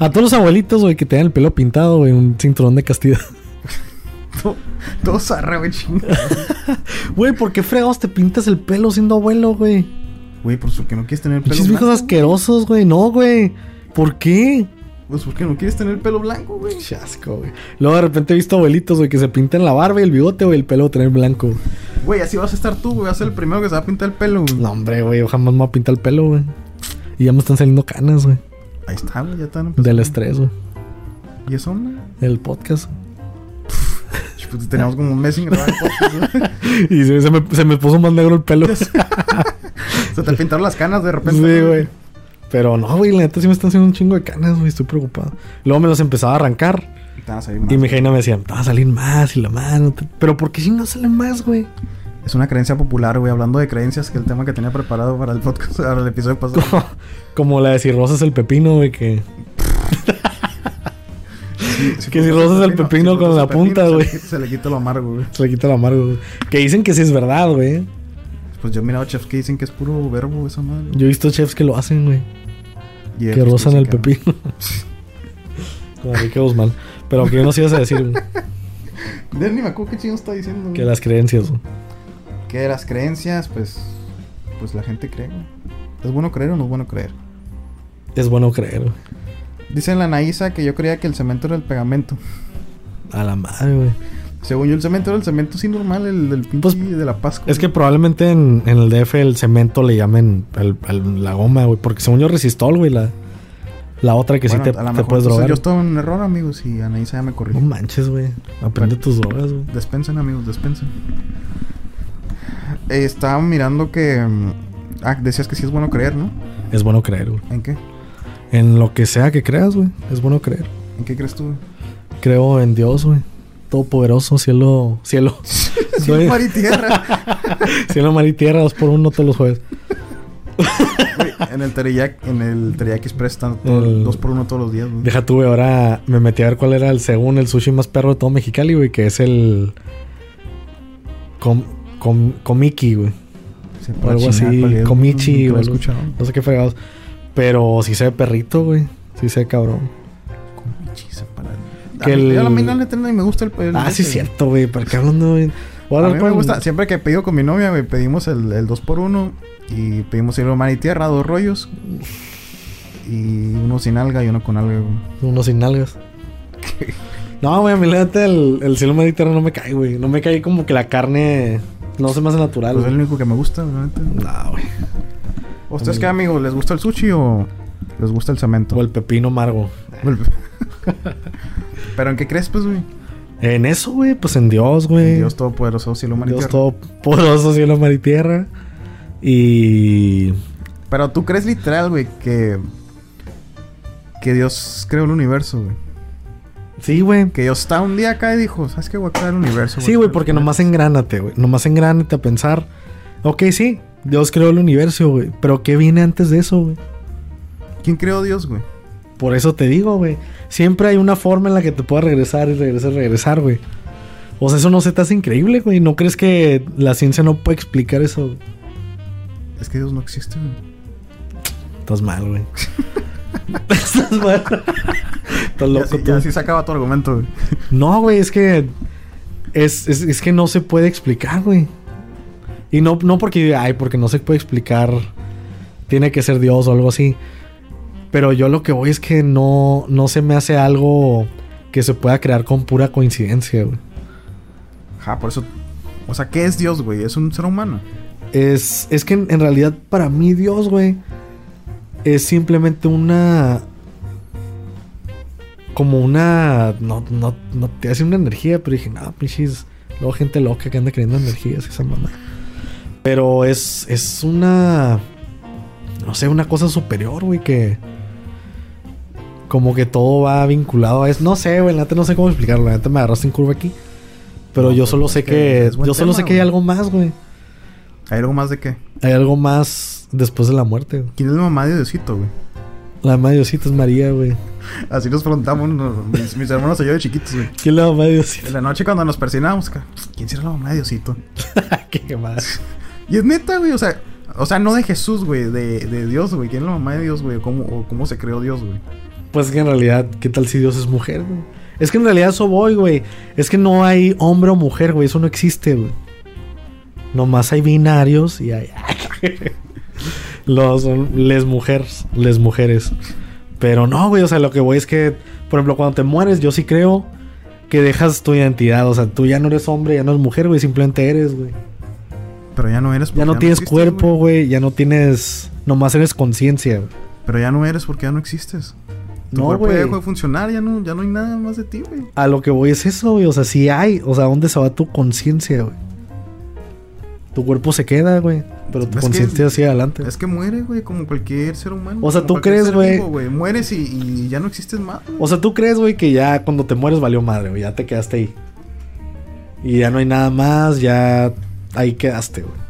Speaker 1: A todos los abuelitos, güey, que tengan el pelo pintado, güey, un cinturón de castidad.
Speaker 2: To- Todos zarra, güey, chingada.
Speaker 1: Güey, ¿por qué fregados te pintas el pelo siendo abuelo, güey?
Speaker 2: Güey, pues porque no quieres tener pelo
Speaker 1: Pinches viejos
Speaker 2: blanco.
Speaker 1: asquerosos, güey. No, güey. ¿Por qué?
Speaker 2: Pues porque no quieres tener pelo blanco, güey.
Speaker 1: Chasco, güey. Luego de repente he visto abuelitos, güey, que se pintan la barba y el bigote, güey, el pelo va a tener blanco.
Speaker 2: Güey, así vas a estar tú, güey. Vas a ser el primero que se va a pintar el pelo, güey.
Speaker 1: No, hombre, güey, yo jamás me voy a pintar el pelo, güey. Y ya me están saliendo canas, güey.
Speaker 2: Ahí está, güey, ya están empezando.
Speaker 1: Del estrés, güey.
Speaker 2: ¿Y eso, güey?
Speaker 1: Del podcast.
Speaker 2: Pues teníamos como un mes sin grabar el podcast, güey.
Speaker 1: Y se, se me, se me puso más negro el pelo. sí,
Speaker 2: Se te pintaron las canas de repente.
Speaker 1: güey. Pero no, güey, la neta sí me están haciendo un chingo de canas, güey. Estoy preocupado. Luego me los empezaba a arrancar.
Speaker 2: Te van a salir más.
Speaker 1: Y mi jaina me decía, te va a salir más y la mano. te- Pero ¿por qué si no salen más, güey?
Speaker 2: Es una creencia popular, güey. Hablando de creencias, que el tema que tenía preparado para el podcast, para el episodio pasado.
Speaker 1: Como la de si rosas el pepino, güey, que...
Speaker 2: Sí, sí,
Speaker 1: Que
Speaker 2: fue
Speaker 1: si
Speaker 2: otro
Speaker 1: rozas el pepino
Speaker 2: si
Speaker 1: con
Speaker 2: rozas
Speaker 1: la
Speaker 2: el pepino,
Speaker 1: punta,
Speaker 2: se le
Speaker 1: güey.
Speaker 2: quita- Se le quita lo amargo, güey.
Speaker 1: Se le quita lo amargo, güey. Que dicen que sí es verdad, güey.
Speaker 2: Pues yo he mirado chefs que dicen que es puro verbo esa madre.
Speaker 1: Yo he visto chefs que lo hacen, güey.
Speaker 2: Y
Speaker 1: Que
Speaker 2: ellos
Speaker 1: rozan
Speaker 2: dicen
Speaker 1: el
Speaker 2: que no.
Speaker 1: pepino. Como Enrique Guzmán. Pero que no nos ibas a decir, güey.
Speaker 2: Ya ni me acuerdo qué chino está diciendo.
Speaker 1: Que las creencias. güey.
Speaker 2: Que las creencias, pues. Pues la gente cree, güey. ¿Es bueno creer o no es bueno creer?
Speaker 1: Es bueno creer. güey.
Speaker 2: Dice la Naisa que yo creía que el cemento era el pegamento.
Speaker 1: A la madre, güey.
Speaker 2: Según yo, el cemento era el cemento sí normal, el del pinche
Speaker 1: Pues,
Speaker 2: de la Pascua.
Speaker 1: Es que probablemente en, en el DF el cemento le llamen el- al- la goma, güey. Porque según yo resistol, güey, la, la otra que
Speaker 2: Bueno,
Speaker 1: sí te,
Speaker 2: a lo
Speaker 1: te
Speaker 2: mejor,
Speaker 1: puedes
Speaker 2: entonces,
Speaker 1: drogar.
Speaker 2: Yo estoy en un error, amigos, y Anaísa ya me
Speaker 1: No
Speaker 2: corrigió.
Speaker 1: manches, güey. Aprende tus drogas, güey.
Speaker 2: Despensen, amigos, despensen. Eh, estaba mirando que. mm, Ah, decías que sí es bueno creer, ¿no?
Speaker 1: Es bueno creer, güey.
Speaker 2: ¿En qué?
Speaker 1: En lo que sea que creas, güey. Es bueno creer.
Speaker 2: ¿En qué crees tú?
Speaker 1: Creo en Dios, güey. Todopoderoso, cielo, cielo,
Speaker 2: Soy
Speaker 1: Soy-
Speaker 2: mar y tierra.
Speaker 1: cielo, mar y tierra, dos por uno todos los jueves.
Speaker 2: Güey, en el Teriyaki, en el Teriyaki Express están todo-
Speaker 1: El-
Speaker 2: dos por uno todos los días, güey.
Speaker 1: Deja tú, güey, ahora me metí a ver cuál era el según el sushi más perro de todo Mexicali, güey, que es el com, com- comiki, güey.
Speaker 2: Se
Speaker 1: o algo
Speaker 2: para chingar,
Speaker 1: así,
Speaker 2: ¿cuál es?
Speaker 1: comichi,
Speaker 2: Nunca lo
Speaker 1: o
Speaker 2: he
Speaker 1: algo.
Speaker 2: escuchado.
Speaker 1: No sé qué fregados. Pero si se ve perrito, güey. Si se ve cabrón.
Speaker 2: Comichi, se para.
Speaker 1: Que
Speaker 2: a, mí,
Speaker 1: el-
Speaker 2: a mí la neta ni me gusta el. el
Speaker 1: ah, sí, es
Speaker 2: ese.
Speaker 1: cierto, güey. ¿Para qué hablando, güey? Voy a
Speaker 2: A
Speaker 1: hablar
Speaker 2: mí me
Speaker 1: con-
Speaker 2: gusta, siempre que he pedido con mi novia, güey, pedimos el, el 2x1 y pedimos cielo, mar y tierra, dos rollos. Y uno sin alga y uno con alga, güey.
Speaker 1: Uno sin nalgas. No, güey, a mí la neta el, el cielo mediterráneo no me cae, güey. No me cae como que la carne no se me hace natural.
Speaker 2: Pues es
Speaker 1: güey.
Speaker 2: el único que me gusta, realmente.
Speaker 1: No, güey.
Speaker 2: ¿Ustedes qué, amigos? ¿Les gusta el sushi o les gusta el cemento?
Speaker 1: O el pepino amargo.
Speaker 2: Pero ¿en qué crees, pues, güey?
Speaker 1: En eso, güey, pues en Dios, güey.
Speaker 2: En Dios Todopoderoso, cielo, mar y
Speaker 1: Dios
Speaker 2: tierra.
Speaker 1: todopoderoso, cielo, mar y tierra. Y.
Speaker 2: Pero tú crees literal, güey, que... Que Dios creó el universo, güey.
Speaker 1: Sí, güey.
Speaker 2: Que Dios está un día acá y dijo, ¿sabes qué? Voy a crear el universo.
Speaker 1: Sí, güey, porque nomás engránate, güey. Nomás engránate a pensar. Ok, sí, Dios creó el universo, güey. Pero ¿qué viene antes de eso, güey?
Speaker 2: ¿Quién creó Dios, güey?
Speaker 1: Por eso te digo, güey. Siempre hay una forma en la que te puedas regresar y regresar y regresar, güey. O sea, eso no se te hace increíble, güey. ¿No crees que la ciencia no puede explicar eso? güey?
Speaker 2: Es que Dios no existe, güey.
Speaker 1: Estás mal, güey. Estás mal. Estás
Speaker 2: Ya
Speaker 1: loco,
Speaker 2: sí-
Speaker 1: tú.
Speaker 2: ya sí se acaba tu argumento, güey.
Speaker 1: No, güey, es que. Es, es- es que no se puede explicar, güey. Y no, no porque. Ay, porque no se puede explicar. Tiene que ser Dios o algo así. Pero yo lo que voy es que no, no se me hace algo que se pueda crear con pura coincidencia, güey.
Speaker 2: Ajá, por eso. O sea, ¿qué es Dios, güey? Es un ser humano.
Speaker 1: Es, es que en, en realidad para mí Dios, güey, es simplemente una... Como una... No, no, no te hace una energía, pero dije, no, pinches, luego gente loca que anda creyendo en energías, esa mamá. Pero es, es una... No sé, una cosa superior, güey, que... Como que todo va vinculado a eso. No sé, güey, la neta no sé cómo explicarlo. La neta me agarraste en curva aquí. Pero
Speaker 2: No,
Speaker 1: yo
Speaker 2: pues,
Speaker 1: solo
Speaker 2: es
Speaker 1: sé
Speaker 2: que
Speaker 1: que...
Speaker 2: es buen
Speaker 1: Yo solo
Speaker 2: tema,
Speaker 1: sé que hay
Speaker 2: güey.
Speaker 1: algo más, güey.
Speaker 2: ¿Hay algo más de qué?
Speaker 1: Hay algo más después de la muerte. güey.
Speaker 2: ¿Quién es la mamá de Diosito, güey?
Speaker 1: La mamá de Diosito es María, güey.
Speaker 2: Así nos preguntamos nos- mis, mis hermanos y yo de chiquitos, güey.
Speaker 1: ¿Quién es la mamá de Diosito?
Speaker 2: En la noche cuando nos persignamos, ca- ¿quién será la mamá de Diosito?
Speaker 1: Ah, Qué más.
Speaker 2: Y es neta, güey, o sea, o sea, no de Jesús, güey, de, de Dios, güey. ¿Quién es la mamá de Dios, güey? ¿O ¿Cómo, o cómo se creó Dios, güey?
Speaker 1: Pues que en realidad, ¿qué tal si Dios es mujer, güey? Es que en realidad eso voy, güey. Es que no hay hombre o mujer, güey. Eso no existe, güey. Nomás hay binarios y hay. Los les mujeres. Les mujeres. Pero no, güey. O sea, lo que voy es que, por ejemplo, cuando te mueres, yo sí creo que dejas tu identidad. O sea, tú ya no eres hombre, ya no eres mujer, güey. Simplemente eres, güey.
Speaker 2: Pero ya no eres porque
Speaker 1: Ya no tienes
Speaker 2: existes,
Speaker 1: cuerpo,
Speaker 2: güey.
Speaker 1: güey. Ya no tienes. Nomás eres conciencia, güey.
Speaker 2: Pero ya no eres porque ya no existes. Tu
Speaker 1: No,
Speaker 2: cuerpo ya dejó
Speaker 1: güey.
Speaker 2: de funcionar, ya no, ya no hay nada más de ti, güey.
Speaker 1: A lo que voy es eso, güey. O sea, sí hay. O sea, ¿dónde se va tu conciencia, güey? Tu cuerpo se queda, güey. Pero
Speaker 2: Es
Speaker 1: tu
Speaker 2: que-
Speaker 1: conciencia sigue adelante.
Speaker 2: Es que muere, güey, como cualquier ser humano.
Speaker 1: O sea,
Speaker 2: como
Speaker 1: ¿tú
Speaker 2: cualquier
Speaker 1: crees,
Speaker 2: ser
Speaker 1: güey?
Speaker 2: vivo, Mueres y, y ya no existes más. güey.
Speaker 1: O sea, ¿tú crees, güey, que ya cuando te mueres valió madre, güey? Ya te quedaste ahí. Y ya no hay nada más, ya ahí quedaste, güey.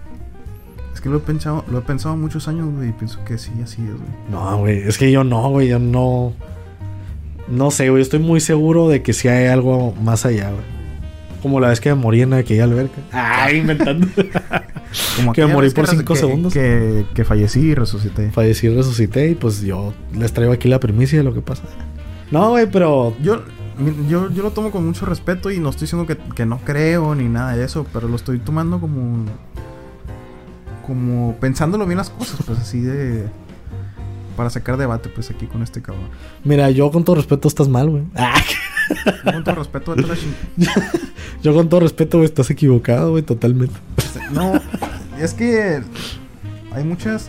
Speaker 2: Es que lo he pensado, lo he pensado muchos años, güey, y pienso que sí, así es, güey.
Speaker 1: No, güey. Es que yo no, güey. Yo no. No sé, güey. Estoy muy seguro de que sí hay algo más allá, güey. Como la vez que me morí en aquella alberca. Ay, Ah, inventando.
Speaker 2: Como
Speaker 1: Que
Speaker 2: aquella
Speaker 1: morí
Speaker 2: vez
Speaker 1: por
Speaker 2: res-
Speaker 1: cinco segundos.
Speaker 2: Que, que fallecí y resucité.
Speaker 1: Fallecí, resucité y pues yo les traigo aquí la primicia de lo que pasa. No, güey, pero
Speaker 2: Yo, mi- yo, yo lo tomo con mucho respeto y no estoy diciendo que, que no creo ni nada de eso, pero lo estoy tomando como. como pensándolo bien las cosas, pues así de. para sacar debate, pues aquí con este cabrón.
Speaker 1: Mira, yo con todo respeto estás mal, güey. Ah,
Speaker 2: Yo Con todo respeto, vete a la ching-
Speaker 1: yo con todo respeto, güey, estás equivocado, güey, totalmente.
Speaker 2: No, es que. hay muchas.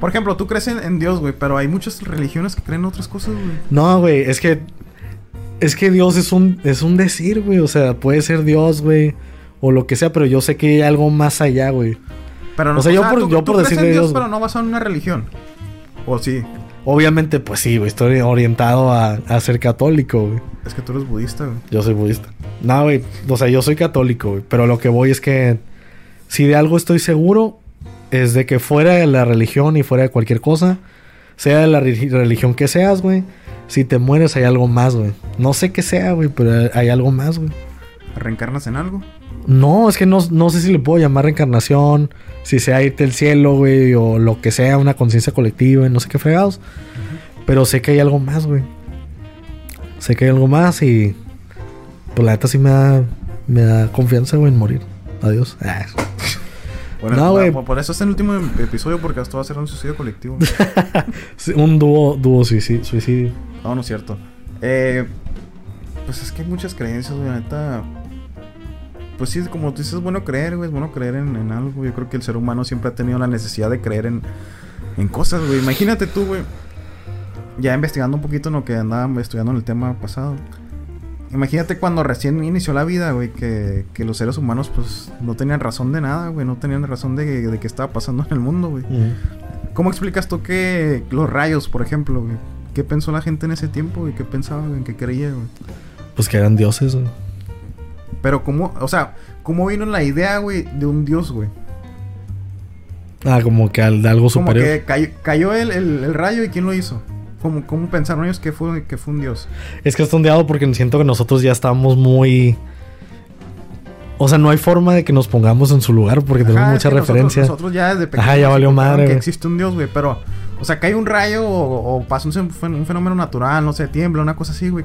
Speaker 2: Por ejemplo, tú crees en, en Dios, güey, pero hay muchas religiones que creen en otras cosas, güey.
Speaker 1: No, güey, es que. Es que Dios es un, es un decir, güey. O sea, puede ser Dios, güey. O lo que sea, pero yo sé que hay algo más allá, güey.
Speaker 2: Pero
Speaker 1: O sea, yo por-
Speaker 2: tú-
Speaker 1: yo
Speaker 2: tú
Speaker 1: por
Speaker 2: crees
Speaker 1: decirle
Speaker 2: en Dios,
Speaker 1: Dios, güey.
Speaker 2: pero no basado en una religión. O sí,
Speaker 1: Obviamente, pues sí, güey. Estoy orientado a, a ser católico, güey.
Speaker 2: es que tú eres budista, güey.
Speaker 1: Yo soy budista. No, güey. O sea, yo soy católico, güey. Pero lo que voy es que si de algo estoy seguro es de que fuera de la religión y fuera de cualquier cosa, sea de la re- religión que seas, güey, si te mueres hay algo más, güey. No sé qué sea, güey, pero hay algo más, güey.
Speaker 2: ¿Reencarnas en algo?
Speaker 1: No, es que no, no sé si le puedo llamar reencarnación, si sea irte al cielo, güey, o lo que sea, una conciencia colectiva, y no sé qué fregados. Pero sé que hay algo más, güey. Sé que hay algo más y. Pues la neta sí me da, me da confianza, güey, en morir. Adiós. Ah.
Speaker 2: Bueno,
Speaker 1: No,
Speaker 2: por-
Speaker 1: güey.
Speaker 2: Por, por eso es el último em- episodio, porque esto va a ser un suicidio colectivo.
Speaker 1: Sí, Un dúo, dúo suicidio, suicidio.
Speaker 2: no, no es cierto. Eh, pues es que hay muchas creencias, güey, la neta. Pues sí, como tú dices, es bueno creer, güey, es bueno creer en, en algo. Yo creo que el ser humano siempre ha tenido la necesidad de creer en, en cosas, güey. Imagínate tú, güey, ya investigando un poquito en lo que andaba estudiando en el tema pasado. Imagínate cuando recién inició la vida, güey, que, que los seres humanos, pues, no tenían razón de nada, güey, no tenían razón de, de qué estaba pasando en el mundo, güey. ¿Cómo explicas tú que los rayos, por ejemplo, güey? ¿Qué pensó la gente en ese tiempo y qué pensaba, güey? ¿Qué creía, güey?
Speaker 1: Pues que eran dioses, güey.
Speaker 2: Pero cómo, o sea, ¿cómo vino la idea, güey, de un dios, güey?
Speaker 1: Ah, como que al- de algo
Speaker 2: Como
Speaker 1: superior.
Speaker 2: que cayó, cayó el, el- el rayo y ¿quién lo hizo? ¿Cómo, cómo pensaron ellos que fue, que fue un dios?
Speaker 1: Es que es tondeado porque siento que nosotros ya estamos muy. O sea, no hay forma de que nos pongamos en su lugar porque tenemos
Speaker 2: Ajá, es
Speaker 1: mucha
Speaker 2: que nosotros-
Speaker 1: referencia.
Speaker 2: Nosotros, ya desde pequeños...
Speaker 1: Ajá, ya valió
Speaker 2: encontraron
Speaker 1: madre,
Speaker 2: Que
Speaker 1: güey.
Speaker 2: existe un dios, güey, pero... O sea, cae un rayo o, o pasa un, sen- fen- un fenómeno natural, no sé, tiembla, una cosa así, güey.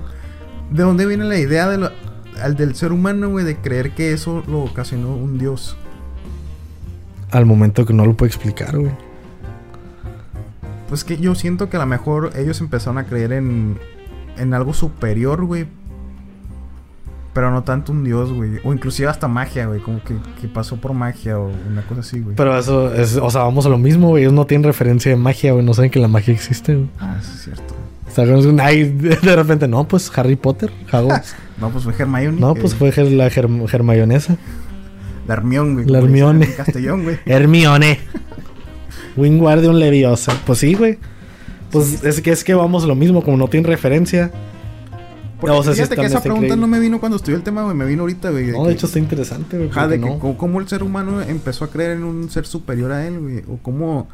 Speaker 2: ¿De dónde viene la idea de lo- al del ser humano, güey, de creer que eso lo ocasionó un dios?
Speaker 1: Al momento que no lo puedo explicar, güey.
Speaker 2: Pues que yo siento que a lo mejor ellos empezaron a creer en, en algo superior, güey. Pero no tanto un dios, güey. O inclusive hasta magia, güey. Como que, que pasó por magia o una cosa así, güey.
Speaker 1: Pero eso es, o sea, vamos a lo mismo, güey. Ellos no tienen referencia de magia, güey. No saben que la magia existe, güey.
Speaker 2: Ah, eso es cierto.
Speaker 1: O sea, como es un- ay, de repente, no, pues Harry Potter, Hogwarts.
Speaker 2: No, pues fue Hermione.
Speaker 1: No,
Speaker 2: que-
Speaker 1: pues fue Ger- la Germ- Germayonesa.
Speaker 2: La Hermión, güey.
Speaker 1: La
Speaker 2: como dicen
Speaker 1: Hermione.
Speaker 2: en Castellón, güey.
Speaker 1: Hermione. Wingardium Leviosa. Pues sí, güey. Pues es que es que vamos a lo mismo, como no tienen referencia.
Speaker 2: Porque
Speaker 1: o sea, sí
Speaker 2: fíjate
Speaker 1: está-
Speaker 2: que esa
Speaker 1: está
Speaker 2: pregunta
Speaker 1: increíble.
Speaker 2: no me vino cuando estudié el tema, güey. Me vino ahorita, güey.
Speaker 1: No,
Speaker 2: que-
Speaker 1: de hecho está interesante, güey.
Speaker 2: Ajá,
Speaker 1: porque
Speaker 2: de que
Speaker 1: no.
Speaker 2: co- cómo el ser humano empezó a creer en un ser superior a él, güey. O cómo.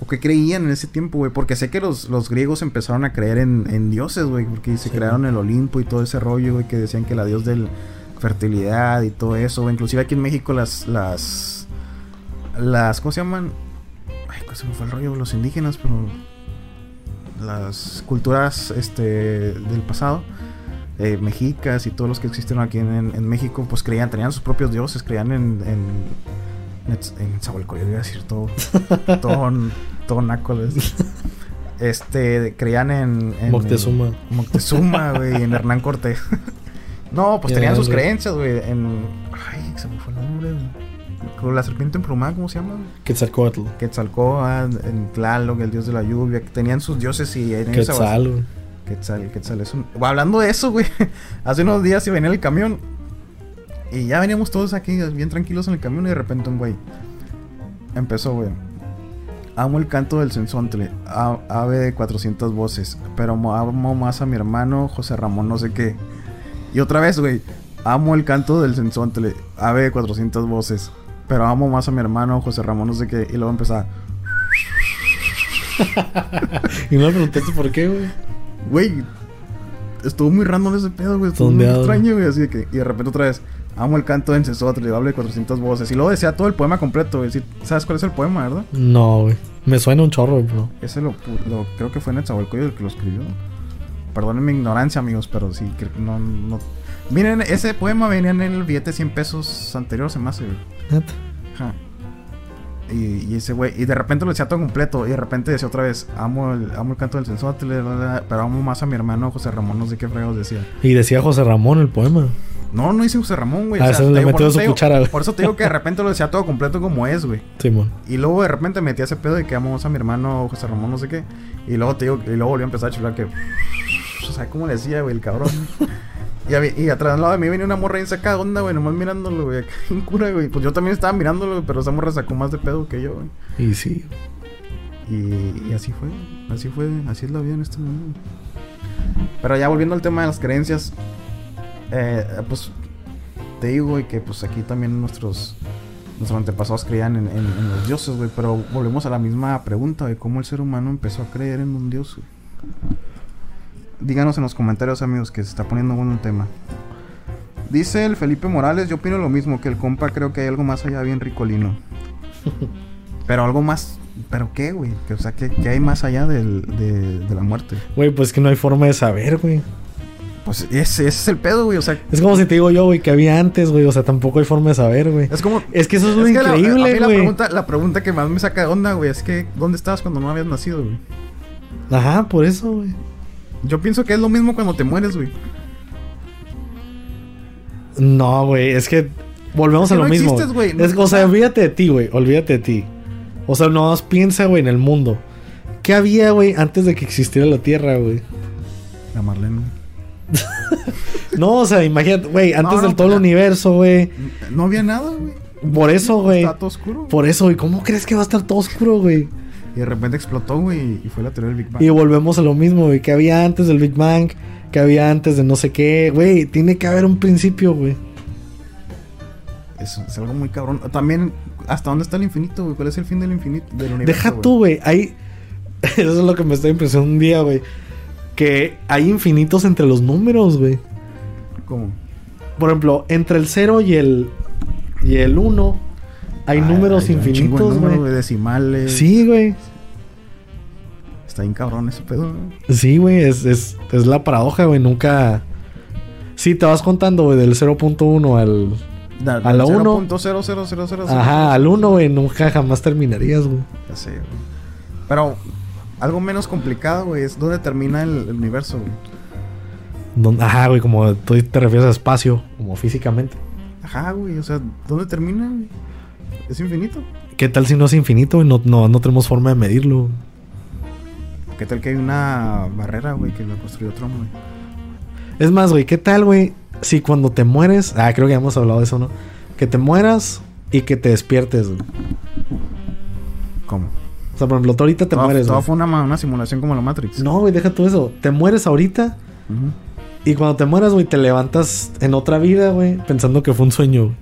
Speaker 2: O qué creían en ese tiempo, güey. Porque sé que los, los griegos empezaron a creer en, en dioses, güey. Porque se
Speaker 1: Sí.
Speaker 2: crearon el Olimpo y todo ese rollo, güey. Que decían que la dios del fertilidad y todo eso, güey. Inclusive aquí en México las. las. las ¿Cómo se llaman? Ay, ¿cómo se me fue el rollo? Los indígenas, pero. Las culturas este, del pasado eh, mexicas y todos los que existieron aquí en, en- en México, pues creían, tenían sus propios dioses, creían en. en. en, Etz- en Zahualcóyotl, iba a decir todo. todo, todo nácoles. Este, creían en. en
Speaker 1: Moctezuma.
Speaker 2: Moctezuma, güey, en Hernán Cortés. no, pues
Speaker 1: Ya,
Speaker 2: tenían sus
Speaker 1: güey.
Speaker 2: creencias, güey, en. Ay, se me fue el nombre, güey. Con la serpiente emplumada, ¿cómo se llama?
Speaker 1: Quetzalcoatl.
Speaker 2: Quetzalcóatl, en Tlaloc, el dios de la lluvia. que Tenían sus dioses y en ellos se basa-
Speaker 1: Quetzal, güey.
Speaker 2: Quetzal, Quetzal es un... Hablando de eso, güey. Hace unos días iba en el camión. Y ya veníamos todos aquí bien tranquilos en el camión y de repente un güey. Empezó, güey. Amo el canto del sensontle, a- ave de 400 voces, pero mo- amo más a mi hermano José Ramón no sé qué. Y otra vez, güey, amo el canto del sensontle, ave de 400 voces, pero amo más a mi hermano José Ramón no sé qué. Y luego empezaba,
Speaker 1: Y no me preguntaste por qué, güey.
Speaker 2: Güey, estuvo muy random ese pedo, güey. Estuvo muy
Speaker 1: Tondeado.
Speaker 2: extraño, güey. Así de que, y de repente otra vez, amo el canto de Encesotre, le hable 400 voces. Y luego decía todo el poema completo, güey. Sí, ¿Sabes cuál es el poema, verdad?
Speaker 1: No, güey. Me suena un chorro, bro.
Speaker 2: Ese lo, pu- lo creo que fue en el que lo escribió. Perdonen mi ignorancia, amigos, pero sí, creo que no, no. Miren, ese poema venía en el billete 100 pesos anterior, se me hace. güey.
Speaker 1: Neta.
Speaker 2: Ajá. Y, y ese güey, y de repente lo decía todo completo, y de repente decía otra vez, amo el, amo el canto del sensual, pero amo más a mi hermano José Ramón, no sé qué fregados decía.
Speaker 1: Y decía José Ramón el poema.
Speaker 2: No, no hice José Ramón, güey.
Speaker 1: Ah, ese le
Speaker 2: te digo,
Speaker 1: metió
Speaker 2: por eso
Speaker 1: su
Speaker 2: te digo-
Speaker 1: cuchara, güey.
Speaker 2: Por eso te digo que de repente lo decía todo completo como es, güey.
Speaker 1: Simón.
Speaker 2: Y luego de repente metí ese pedo de que amamos a mi hermano José Ramón, no sé qué. Y luego te digo, y luego volvió a empezar a chular que. O sea, ¿cómo le decía, güey, el cabrón? Y, había- y atrás al lado de mí venía una morra bien sacada de onda, güey, nomás mirándolo, güey, acá en cura, güey. Pues yo también estaba mirándolo, güey, pero esa morra sacó más de pedo que yo, güey.
Speaker 1: Y sí.
Speaker 2: Y, y así fue, güey. así fue, así es la vida en este mundo. Pero ya volviendo al tema de las creencias, eh, eh, pues te digo, güey, que pues aquí también nuestros, nuestros antepasados creían en, en- en los dioses, güey. Pero volvemos a la misma pregunta, de cómo el ser humano empezó a creer en un dios, güey. Díganos en los comentarios, amigos, que se está poniendo bueno el tema. Dice el Felipe Morales, yo opino lo mismo, que el compa creo que hay algo más allá bien ricolino. Pero algo más. ¿Pero qué, güey? Que, O sea, ¿qué, qué hay más allá del- de, de la muerte?
Speaker 1: Güey, pues que no hay forma de saber, güey.
Speaker 2: Pues ese, ese es el pedo, güey. O sea,
Speaker 1: Es como si te digo yo, güey, que había antes, güey. O sea, tampoco hay forma de saber, güey.
Speaker 2: es como.
Speaker 1: Es que eso es lo
Speaker 2: que la- a mí
Speaker 1: increíble,
Speaker 2: la
Speaker 1: güey.
Speaker 2: pregunta, la pregunta que más me saca de onda, güey, es que ¿dónde estabas cuando no habías nacido, güey?
Speaker 1: Ajá, por eso, güey.
Speaker 2: Yo pienso que es lo mismo cuando te mueres, güey.
Speaker 1: No, güey, es que volvemos
Speaker 2: Es que
Speaker 1: a lo
Speaker 2: no
Speaker 1: mismo.
Speaker 2: existes,
Speaker 1: güey.
Speaker 2: güey, no-
Speaker 1: Es- o sea, olvídate de ti, güey, olvídate de ti. O sea, no más piensa, güey, en el mundo. ¿Qué había, güey, antes de que existiera la Tierra, güey?
Speaker 2: La Marlene.
Speaker 1: No, o sea, imagínate, güey, antes
Speaker 2: no,
Speaker 1: del todo
Speaker 2: pues,
Speaker 1: el universo, güey.
Speaker 2: No había nada, güey.
Speaker 1: Por eso, güey.
Speaker 2: Está todo oscuro. güey.
Speaker 1: Por eso, güey, ¿cómo crees que va a estar todo oscuro, güey?
Speaker 2: Y de repente explotó, güey, y fue la teoría del Big Bang.
Speaker 1: Y volvemos a lo mismo, güey, ¿qué había antes del Big Bang? ¿Qué había antes de no sé qué? Güey, tiene que haber un principio, güey.
Speaker 2: Es, es algo muy cabrón. También, ¿hasta dónde está el infinito, güey? ¿Cuál es el fin del infinito? Del universo,
Speaker 1: Deja
Speaker 2: güey?
Speaker 1: tú, güey. Hay. Eso es lo que me está impresionando un día, güey. Que hay infinitos entre los números, güey.
Speaker 2: ¿Cómo?
Speaker 1: Por ejemplo, entre el 0 y el. Y el 1. Hay
Speaker 2: Ay,
Speaker 1: números
Speaker 2: hay un chingo de
Speaker 1: infinitos,
Speaker 2: números,
Speaker 1: güey.
Speaker 2: Decimales.
Speaker 1: Sí, güey.
Speaker 2: Está bien cabrón ese pedo, güey.
Speaker 1: Sí, güey. Es, es, es la paradoja, güey. Nunca. Sí, te vas contando, güey, del 0.1 al.
Speaker 2: Da-
Speaker 1: A la uno.
Speaker 2: 0.00000.
Speaker 1: Ajá, al 1, güey. Nunca jamás terminarías, güey.
Speaker 2: Ya sé, güey. Pero algo menos complicado, güey, es dónde termina el, el universo, güey.
Speaker 1: Don- Ajá, güey. Como tú te refieres a espacio, como físicamente.
Speaker 2: Ajá, güey, o sea, ¿dónde termina, güey? Es infinito.
Speaker 1: ¿Qué tal si no es infinito, güey? No, no, no tenemos forma de medirlo, güey.
Speaker 2: ¿Qué tal que hay una barrera, güey, que la construyó Trump, güey?
Speaker 1: Es más, güey, ¿qué tal, güey? Si cuando te mueres. Ah, creo que ya hemos hablado de eso, ¿no? Que te mueras y que te despiertes, güey.
Speaker 2: ¿Cómo?
Speaker 1: O sea, por ejemplo, tú ahorita te
Speaker 2: todo,
Speaker 1: mueres,
Speaker 2: todo
Speaker 1: güey.
Speaker 2: fue una, ma- una simulación como la Matrix.
Speaker 1: No, güey, deja tú eso. Te mueres ahorita
Speaker 2: Ujú.
Speaker 1: y cuando te mueras, güey, te levantas en otra vida, güey, pensando que fue un sueño. güey.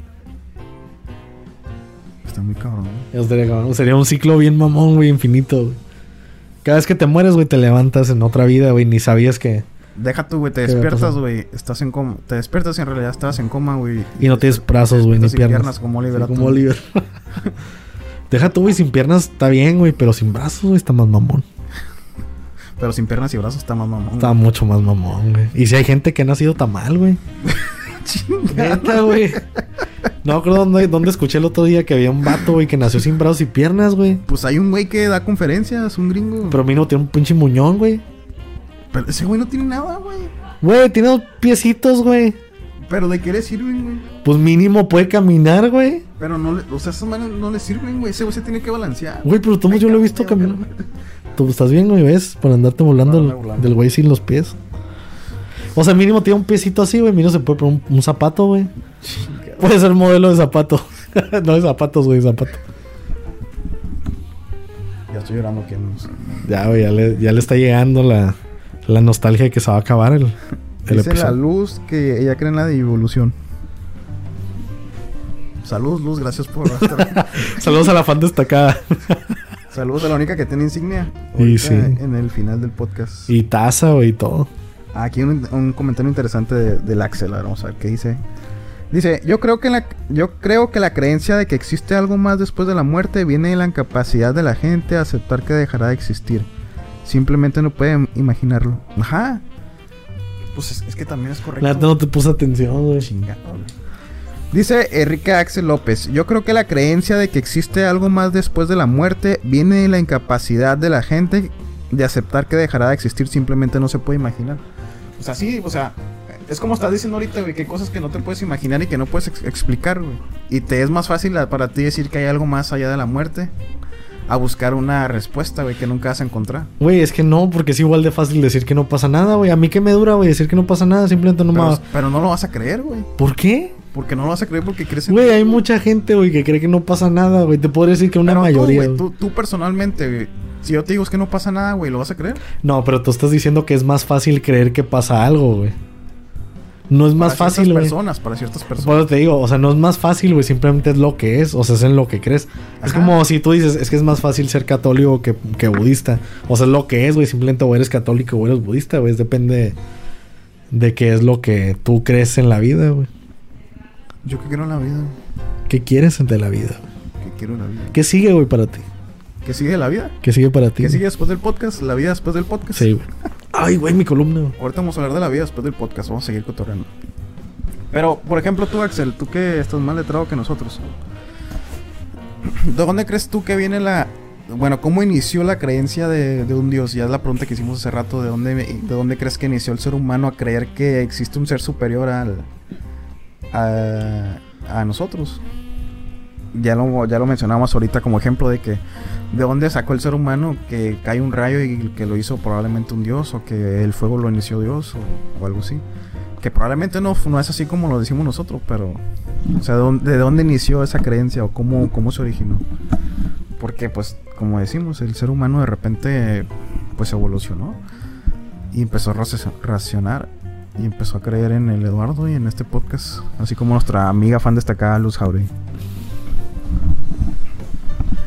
Speaker 2: Está muy cabrón, güey.
Speaker 1: Eso Sería, cabrón. Sería un ciclo bien mamón, güey, infinito, güey. Cada vez que te mueres, güey, te levantas en otra vida, güey, ni sabías que.
Speaker 2: Deja tú, güey, te
Speaker 1: ¿Qué me
Speaker 2: despiertas,
Speaker 1: pasó?
Speaker 2: güey. Estás en coma. Te despiertas y en realidad estabas en coma, güey.
Speaker 1: Y no tienes brazos, güey, ni
Speaker 2: Estás sin
Speaker 1: piernas.
Speaker 2: piernas como Oliver
Speaker 1: Sí, como
Speaker 2: Atom.
Speaker 1: Oliver. Deja tú, güey, sin piernas está bien, güey, pero sin brazos, güey, está más mamón.
Speaker 2: Pero sin piernas y brazos está más mamón.
Speaker 1: Está mucho más mamón, güey. Y si hay gente que ha nacido tan mal, güey. Neta, güey. No me acuerdo dónde, dónde escuché el otro día que había un vato, güey, que nació sin brazos y piernas, güey.
Speaker 2: Pues hay un güey que da conferencias, un gringo. Pero,
Speaker 1: Pero mínimo tiene un pinche muñón, güey.
Speaker 2: ese güey no tiene nada, güey.
Speaker 1: Güey, tiene dos piecitos, güey.
Speaker 2: Pero de qué le sirven, güey.
Speaker 1: Pues mínimo puede caminar, güey.
Speaker 2: Pero no le, o sea, esos manes no le sirven, güey. Ese güey se tiene que balancear.
Speaker 1: Güey, pero tú, yo lo he visto caminar. Tú estás bien, güey, ¿ves? Por andarte volando
Speaker 2: Andarme volando.
Speaker 1: del güey sin los pies. O sea, mínimo tiene un piecito así, güey. Mínimo se puede poner un, un zapato, güey. Puede ser modelo de zapato. no de zapatos, güey, de zapato.
Speaker 2: Ya estoy llorando que no.
Speaker 1: Ya, güey, ya le, ya le está llegando la, la nostalgia de que se va a acabar el, el
Speaker 2: Dice la
Speaker 1: episodio.
Speaker 2: luz que ella cree en la evolución. Saludos, Luz, gracias por estar.
Speaker 1: Saludos a la fan destacada.
Speaker 2: Saludos a la única que tiene insignia.
Speaker 1: Y
Speaker 2: ahorita
Speaker 1: sí.
Speaker 2: En el final del podcast.
Speaker 1: Y taza, güey, y todo.
Speaker 2: Aquí un, un comentario interesante de- del Axel, a ver, vamos a ver qué dice. Dice, yo creo, que la, yo creo que la creencia de que existe algo más después de la muerte viene de la incapacidad de la gente a aceptar que dejará de existir. Simplemente no pueden imaginarlo. Ajá. Pues es, es que también es correcto.
Speaker 1: La neta no te puse atención, güey.
Speaker 2: Chingado, güey.
Speaker 3: Dice Enrique Axel López, yo creo que la creencia de que existe algo más después de la muerte viene de la incapacidad de la gente de aceptar que dejará de existir, simplemente no se puede imaginar.
Speaker 2: O sea, sí, o sea, es como estás diciendo ahorita, güey, que hay cosas que no te puedes imaginar y que no puedes ex- explicar, güey. Y te es más fácil a- para ti decir que hay algo más allá de la muerte a buscar una respuesta, güey, que nunca vas a encontrar.
Speaker 1: Güey, es que no, porque es igual de fácil decir que no pasa nada, güey. A mí que me dura, güey, decir que no pasa nada, simplemente no me...
Speaker 2: Pero,
Speaker 1: va-
Speaker 2: pero no lo vas a creer, güey.
Speaker 1: ¿Por qué?
Speaker 2: Porque no lo vas a creer porque crees en
Speaker 1: Güey, hay mucha gente, güey, que cree que no pasa nada, güey. Te puedo decir que una
Speaker 2: Pero tú,
Speaker 1: mayoría.
Speaker 2: güey,
Speaker 1: güey.
Speaker 2: Tú, tú personalmente, güey, si yo te digo es que no pasa nada, güey, ¿lo vas a creer?
Speaker 1: No, pero tú estás diciendo que es más fácil creer que pasa algo, güey. No es más
Speaker 2: Para
Speaker 1: fácil,
Speaker 2: ciertas
Speaker 1: güey.
Speaker 2: personas, para ciertas
Speaker 1: pues,
Speaker 2: personas.
Speaker 1: Por eso te digo, o sea, no es más fácil, güey. Simplemente es lo que es, o sea, es en lo que crees. Es
Speaker 2: Ajá.
Speaker 1: como si tú dices, es que es más fácil ser católico que, que budista. O sea, es lo que es, güey. Simplemente o eres católico o eres budista, güey. Es Depende de qué es lo que tú crees en la vida, güey.
Speaker 2: Yo que quiero en la vida,
Speaker 1: ¿Qué quieres de la vida? güey?
Speaker 2: que quiero en la vida.
Speaker 1: ¿Qué sigue, güey, para ti?
Speaker 2: ¿Qué sigue la vida?
Speaker 1: ¿Qué sigue para ti?
Speaker 2: ¿Qué
Speaker 1: güey?
Speaker 2: sigue después del podcast? La vida después del podcast.
Speaker 1: Sí, güey. Ay, güey, mi columna, güey.
Speaker 2: Ahorita vamos a hablar de la vida después del podcast, vamos a seguir cotorreando. Pero, por ejemplo, tú, Axel, tú que estás más letrado que nosotros, ¿de dónde crees tú que viene la. Bueno, ¿cómo inició la creencia de, de un dios? Ya es la pregunta que hicimos hace rato, ¿de dónde, ¿de dónde crees que inició el ser humano a creer que existe un ser superior al. a, a nosotros? Ya lo, ya lo mencionamos ahorita como ejemplo de que ¿De dónde sacó el ser humano que cae un rayo y que lo hizo probablemente un dios o que el fuego lo inició Dios o, o algo así? Que probablemente no, no es así como lo decimos nosotros, pero... O sea, ¿de dónde, de dónde inició esa creencia o cómo, cómo se originó? Porque pues, como decimos, el ser humano de repente pues evolucionó y empezó a raci- racionar y empezó a creer en el Eduardo y en este podcast, así como nuestra amiga fan destacada Luz Jauregui.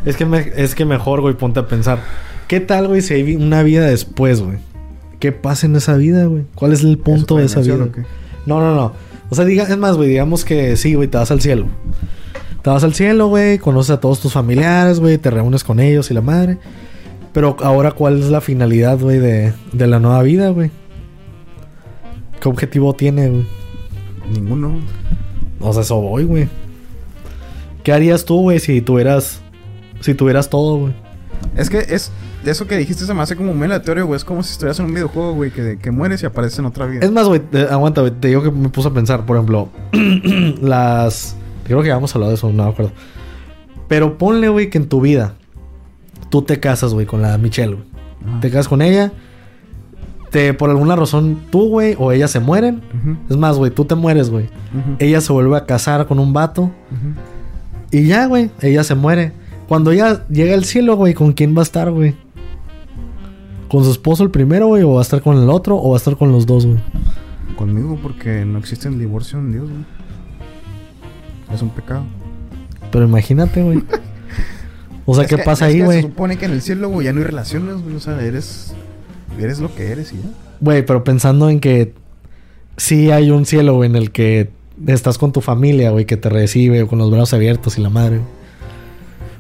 Speaker 1: Es que, me- es que mejor, güey, ponte a pensar. ¿Qué tal, güey, si hay vi- una vida después, güey? ¿Qué pasa en esa vida, güey? ¿Cuál es el punto de
Speaker 2: otra
Speaker 1: esa vida?
Speaker 2: dimensión o qué?
Speaker 1: No, no, no. O sea, diga, es más, güey, digamos que sí, güey, te vas al cielo. Te vas al cielo, güey, conoces a todos tus familiares, güey, te reúnes con ellos y la madre. Pero ahora, ¿cuál es la finalidad, güey, de, de la nueva vida, güey? ¿Qué objetivo tiene, güey?
Speaker 2: Ninguno.
Speaker 1: O sea, eso voy, güey. ¿Qué harías tú, güey, si tuvieras. Si tuvieras todo, güey?
Speaker 2: Es que es eso que dijiste se me hace como muy aleatorio, güey. Es como si estuvieras en un videojuego, güey, que, que mueres y apareces en otra vida.
Speaker 1: Es más, güey, te- aguanta, güey. Te digo que me puse a pensar, por ejemplo, las. Creo que ya hemos hablado de eso, no me acuerdo. Pero ponle, güey, que en tu vida tú te casas, güey, con la Michelle, güey.
Speaker 2: Ajá.
Speaker 1: Te casas con ella. Te, por alguna razón, tú, güey, o ella se mueren.
Speaker 2: Ujú,
Speaker 1: Es más, güey, tú te mueres, güey.
Speaker 2: ujú,
Speaker 1: Ella se vuelve a casar con un vato.
Speaker 2: ujú.
Speaker 1: Y ya, güey, ella se muere. Cuando ella llega al cielo, güey, ¿con quién va a estar, güey? ¿Con su esposo el primero, güey? ¿O va a estar con el otro? ¿O va a estar con los dos, güey?
Speaker 2: Conmigo, porque no existe el divorcio en Dios, güey. Es un pecado.
Speaker 1: Pero imagínate, güey. O sea,
Speaker 2: Es
Speaker 1: ¿qué
Speaker 2: que-
Speaker 1: pasa
Speaker 2: es
Speaker 1: ahí,
Speaker 2: que Se
Speaker 1: güey?
Speaker 2: supone que en el cielo, güey, ya no hay relaciones, güey. O sea, eres. Eres lo que eres y ya.
Speaker 1: Güey, pero pensando en que sí hay un cielo, güey, en el que estás con tu familia, güey, que te recibe, o con los brazos abiertos y la madre. güey.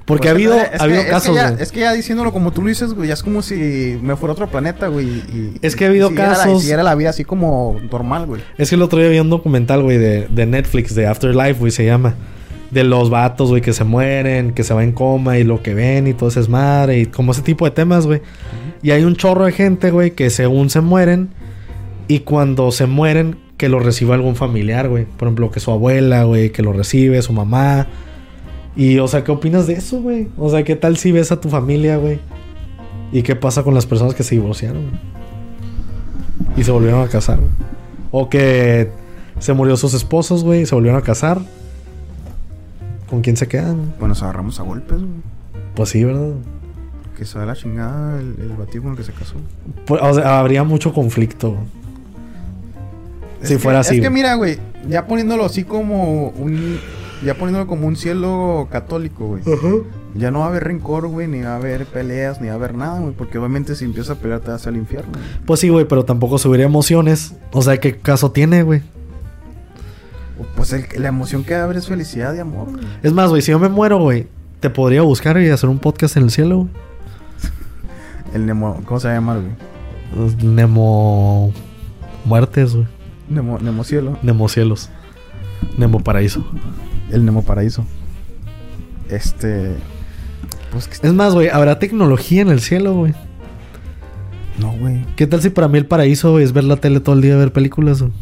Speaker 1: Porque
Speaker 2: Pues,
Speaker 1: ha habido,
Speaker 2: es que-
Speaker 1: ha habido
Speaker 2: es que
Speaker 1: casos,
Speaker 2: ya-
Speaker 1: güey.
Speaker 2: es que ya diciéndolo como tú lo dices, güey, ya es como si me fuera a otro planeta, güey. y-
Speaker 1: Es
Speaker 2: y-
Speaker 1: que ha habido
Speaker 2: y siguiera la- y
Speaker 1: casos-
Speaker 2: siguiera la vida así como normal, güey.
Speaker 1: Es que el otro día vi un documental, güey, de, de Netflix, de Afterlife, güey, se llama. De los vatos, güey, que se mueren, que se van en coma y lo que ven y todo ese madre y como ese tipo de temas, güey. Y hay un chorro de gente, güey, que según se mueren y cuando se mueren, que lo reciba algún familiar, güey. Por ejemplo, que su abuela, güey, que lo recibe, su mamá. Y, o sea, ¿qué opinas de eso, güey? O sea, ¿qué tal si ves a tu familia, güey? ¿Y qué pasa con las personas que se divorciaron? güey? Y se volvieron a casar, güey. O que se murió sus esposos, güey, y se volvieron a casar. ¿Con quién se quedan?
Speaker 2: Pues nos agarramos a golpes, güey.
Speaker 1: Pues sí, ¿verdad?
Speaker 2: Que se da la chingada el, el batido con el que se casó.
Speaker 1: Pues, o sea, habría mucho conflicto. Si
Speaker 2: que-
Speaker 1: fuera así,
Speaker 2: Es que
Speaker 1: güey.
Speaker 2: mira, güey, ya poniéndolo así como un. Ya poniéndolo como un cielo católico, güey.
Speaker 1: Ah.
Speaker 2: Ya no va a haber rencor, güey, ni va a haber peleas, ni va a haber nada, güey. Porque obviamente si empiezas a pelear te vas al infierno. güey.
Speaker 1: Pues sí, güey, pero tampoco subiría emociones. O sea, ¿qué caso tiene, güey?
Speaker 2: O, Pues el- la emoción que va a haber es felicidad y amor, güey.
Speaker 1: Es más, güey, si yo me muero, güey, te podría buscar y hacer un podcast en el cielo, güey.
Speaker 2: El nemo. ¿Cómo se llama, güey?
Speaker 1: Nemo. Muertes, güey.
Speaker 2: Nemo, Nemocielo.
Speaker 1: Nemocielos. Nemoparaíso.
Speaker 2: El Nemo Paraíso. Este. Pues que.
Speaker 1: Es más, güey, ¿habrá tecnología en el cielo, güey?
Speaker 2: No, güey.
Speaker 1: ¿Qué tal si para mí el paraíso güey, es ver la tele todo el día, ver películas? güey?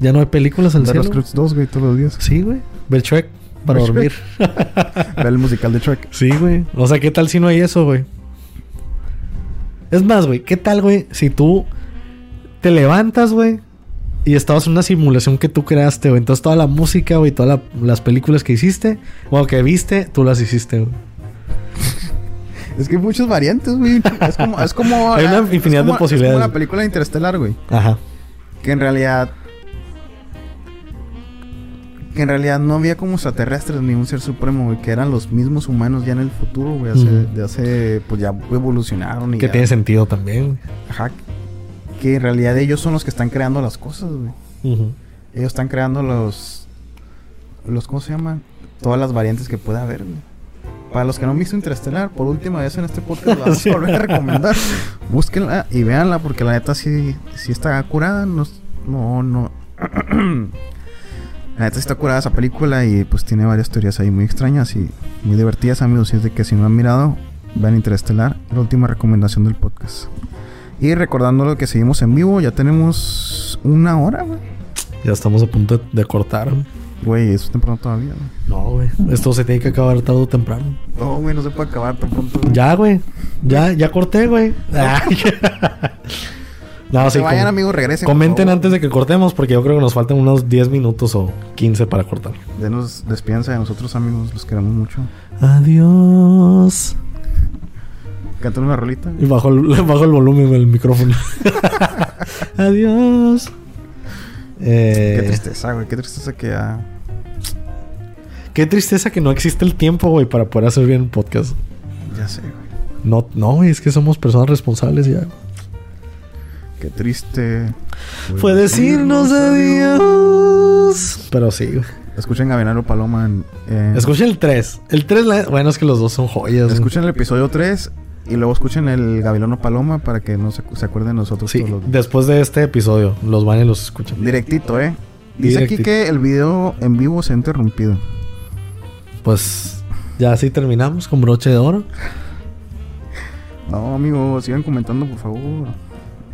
Speaker 1: ¿Ya no hay películas en el
Speaker 2: Ver
Speaker 1: cielo?
Speaker 2: los Croods 2, güey, todos los días.
Speaker 1: Sí, güey. Ver Shrek para
Speaker 2: Ver
Speaker 1: dormir.
Speaker 2: Shrek. Ver el musical de Trek.
Speaker 1: Sí, güey. O sea, ¿qué tal si no hay eso, güey? Es más, güey, ¿qué tal, güey, si tú te levantas, güey, y estabas en una simulación que tú creaste, güey? Entonces toda la música, güey, todas la- las películas que hiciste, o que viste, tú las hiciste, güey.
Speaker 2: Es que hay muchas variantes, güey. Es como. Es como
Speaker 1: Hay una
Speaker 2: es
Speaker 1: infinidad de
Speaker 2: como- Es
Speaker 1: posibilidades.
Speaker 2: como la película de Interestelar, güey.
Speaker 1: Ajá.
Speaker 2: Que en realidad. Que en realidad no había como extraterrestres ni un ser supremo, güey. Que eran los mismos humanos ya en el futuro, güey. Hace,
Speaker 1: Ujú.
Speaker 2: De hace. Pues ya evolucionaron y
Speaker 1: Que
Speaker 2: ya-
Speaker 1: tiene sentido también.
Speaker 2: Ajá. Que en realidad ellos son los que están creando las cosas, güey.
Speaker 1: güey. Ujú.
Speaker 2: Ellos están creando los. los ¿Cómo se llaman? Todas las variantes que pueda haber, güey. Para los que no han visto Interestelar, por última vez en este podcast la vamos
Speaker 1: Sí.
Speaker 2: a volver a recomendar. Búsquenla y véanla, porque la neta sí, sí está curada. No, es- no. no. la neta sí está curada esa película y pues tiene varias teorías ahí muy extrañas y muy divertidas, amigos. Y es de que si no han mirado, vean Interestelar, la última recomendación del podcast. Y recordando lo que seguimos en vivo, ya tenemos una hora, güey.
Speaker 1: Ya estamos a punto de- de cortar, güey.
Speaker 2: Güey, eso temprano todavía, güey.
Speaker 1: No, güey. Esto se tiene que acabar tarde o temprano.
Speaker 2: No, güey, no se puede acabar tan pronto. güey.
Speaker 1: Ya, güey. Ya, ya corté, güey. Ay. no,
Speaker 2: se
Speaker 1: sí,
Speaker 2: vayan,
Speaker 1: com-
Speaker 2: amigos, regresen.
Speaker 1: Comenten antes de que cortemos, porque yo creo que nos faltan unos 10 minutos o 15 para cortar.
Speaker 2: antes. Denos despídense de nosotros, amigos. Los queremos mucho.
Speaker 1: Adiós.
Speaker 2: Canten una rolita.
Speaker 1: Y bajo el, bajo el volumen del micrófono. Adiós. Eh,
Speaker 2: Qué tristeza, güey. Qué tristeza que ya.
Speaker 1: qué tristeza que no existe el tiempo, güey, para poder hacer bien un podcast.
Speaker 2: Ya sé, güey.
Speaker 1: No, no, güey, es que somos personas responsables ya.
Speaker 2: Qué triste.
Speaker 1: Fue decirnos adiós. Pero sí, güey.
Speaker 2: Escuchen Gavenaro Paloma en. en-
Speaker 1: Escuchen el 3. El 3, la- bueno, es que los dos son joyas. güey.
Speaker 2: escuchen el episodio 3 y luego escuchen el Gavilono Paloma para que no se, acu- se acuerden de nosotros.
Speaker 1: Sí,
Speaker 2: todos los días.
Speaker 1: después de este episodio, los van y los escuchan.
Speaker 2: Directito, eh. Dice aquí
Speaker 1: Directito.
Speaker 2: que el video en vivo se ha interrumpido.
Speaker 1: Pues ya así terminamos con broche de oro.
Speaker 2: No, amigos, sigan comentando, por favor.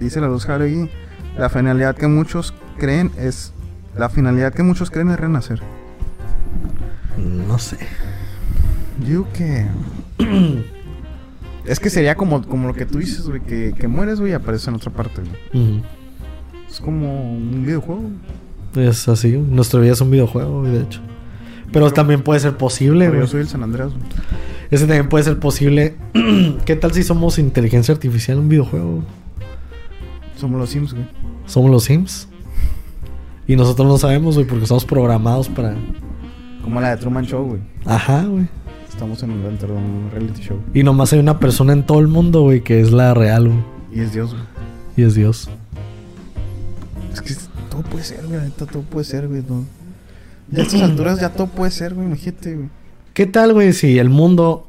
Speaker 2: Dice la luz Jauregui, la finalidad que muchos creen es la finalidad que muchos creen es renacer.
Speaker 1: No sé.
Speaker 2: Yo digo que es que sería como, como lo que tú dices, güey, que, que mueres, güey, y apareces en otra parte, güey.
Speaker 1: Ujú.
Speaker 2: Es como un videojuego.
Speaker 1: Es así. Nuestra vida es un videojuego, güey, de hecho. Pero también puede ser posible,
Speaker 2: Pero
Speaker 1: güey.
Speaker 2: yo soy el San Andreas, güey.
Speaker 1: Ese también puede ser posible. ¿Qué tal si somos inteligencia artificial en un videojuego?
Speaker 2: Somos los Sims, güey.
Speaker 1: Somos los Sims. Y nosotros no sabemos, güey, porque estamos programados para.
Speaker 2: Como la de Truman Show, güey.
Speaker 1: Ajá, güey.
Speaker 2: Estamos en, dentro de un reality show.
Speaker 1: Y nomás hay una persona en todo el mundo, güey, que es la real, güey.
Speaker 2: Y es Dios, güey.
Speaker 1: Y es Dios.
Speaker 2: Es que es- todo puede ser, güey. la neta, todo puede ser, güey. no. Ya a estas alturas ya todo puede ser, güey. Imagínate, güey.
Speaker 1: ¿Qué tal, güey? Si el mundo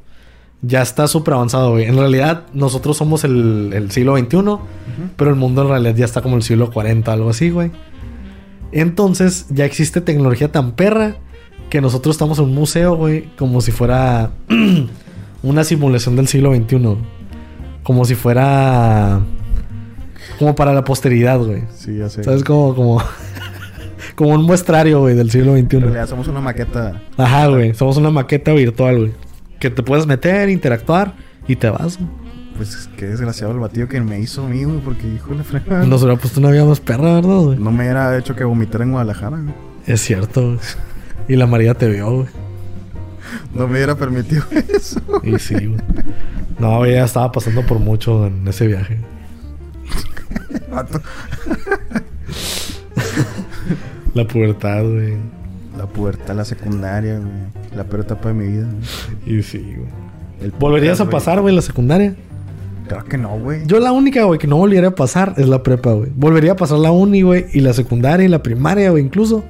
Speaker 1: ya está súper avanzado, güey. En realidad, nosotros somos el, el siglo XXI, pero el mundo en realidad ya está como el siglo 40, algo así, güey. Entonces, ya existe tecnología tan perra que nosotros estamos en un museo, güey, como si fuera una simulación del siglo XXI. Como si fuera. Como para la posteridad, güey.
Speaker 2: Sí, ya sé.
Speaker 1: ¿Sabes? Como, como, como un muestrario, güey, del siglo XXI.
Speaker 2: En realidad somos una maqueta.
Speaker 1: Ajá, güey. Somos una maqueta virtual, güey. Que te puedes meter, interactuar y te vas. güey.
Speaker 2: Pues qué desgraciado el batido que me hizo a mí, güey, porque hijo de la fregada.
Speaker 1: Nos hubiera puesto una vida más perra, ¿verdad, güey?
Speaker 2: No me hubiera hecho que vomitar en Guadalajara, güey.
Speaker 1: Es cierto, güey. Y la María te vio, güey.
Speaker 2: No me hubiera permitido eso.
Speaker 1: Y sí, güey. No, güey, ya estaba pasando por mucho en ese viaje.
Speaker 2: Vato.
Speaker 1: La pubertad, güey.
Speaker 2: La puerta, la secundaria, güey. La peor etapa de mi vida. güey.
Speaker 1: Y sí, güey.
Speaker 2: El
Speaker 1: ¿Volverías
Speaker 2: podcast,
Speaker 1: a
Speaker 2: güey.
Speaker 1: pasar, güey, la secundaria?
Speaker 2: Claro que no, güey.
Speaker 1: Yo la única, güey, que no volviera a pasar es la prepa, güey. Volvería a pasar la uni, güey, y la secundaria y la primaria, güey, incluso.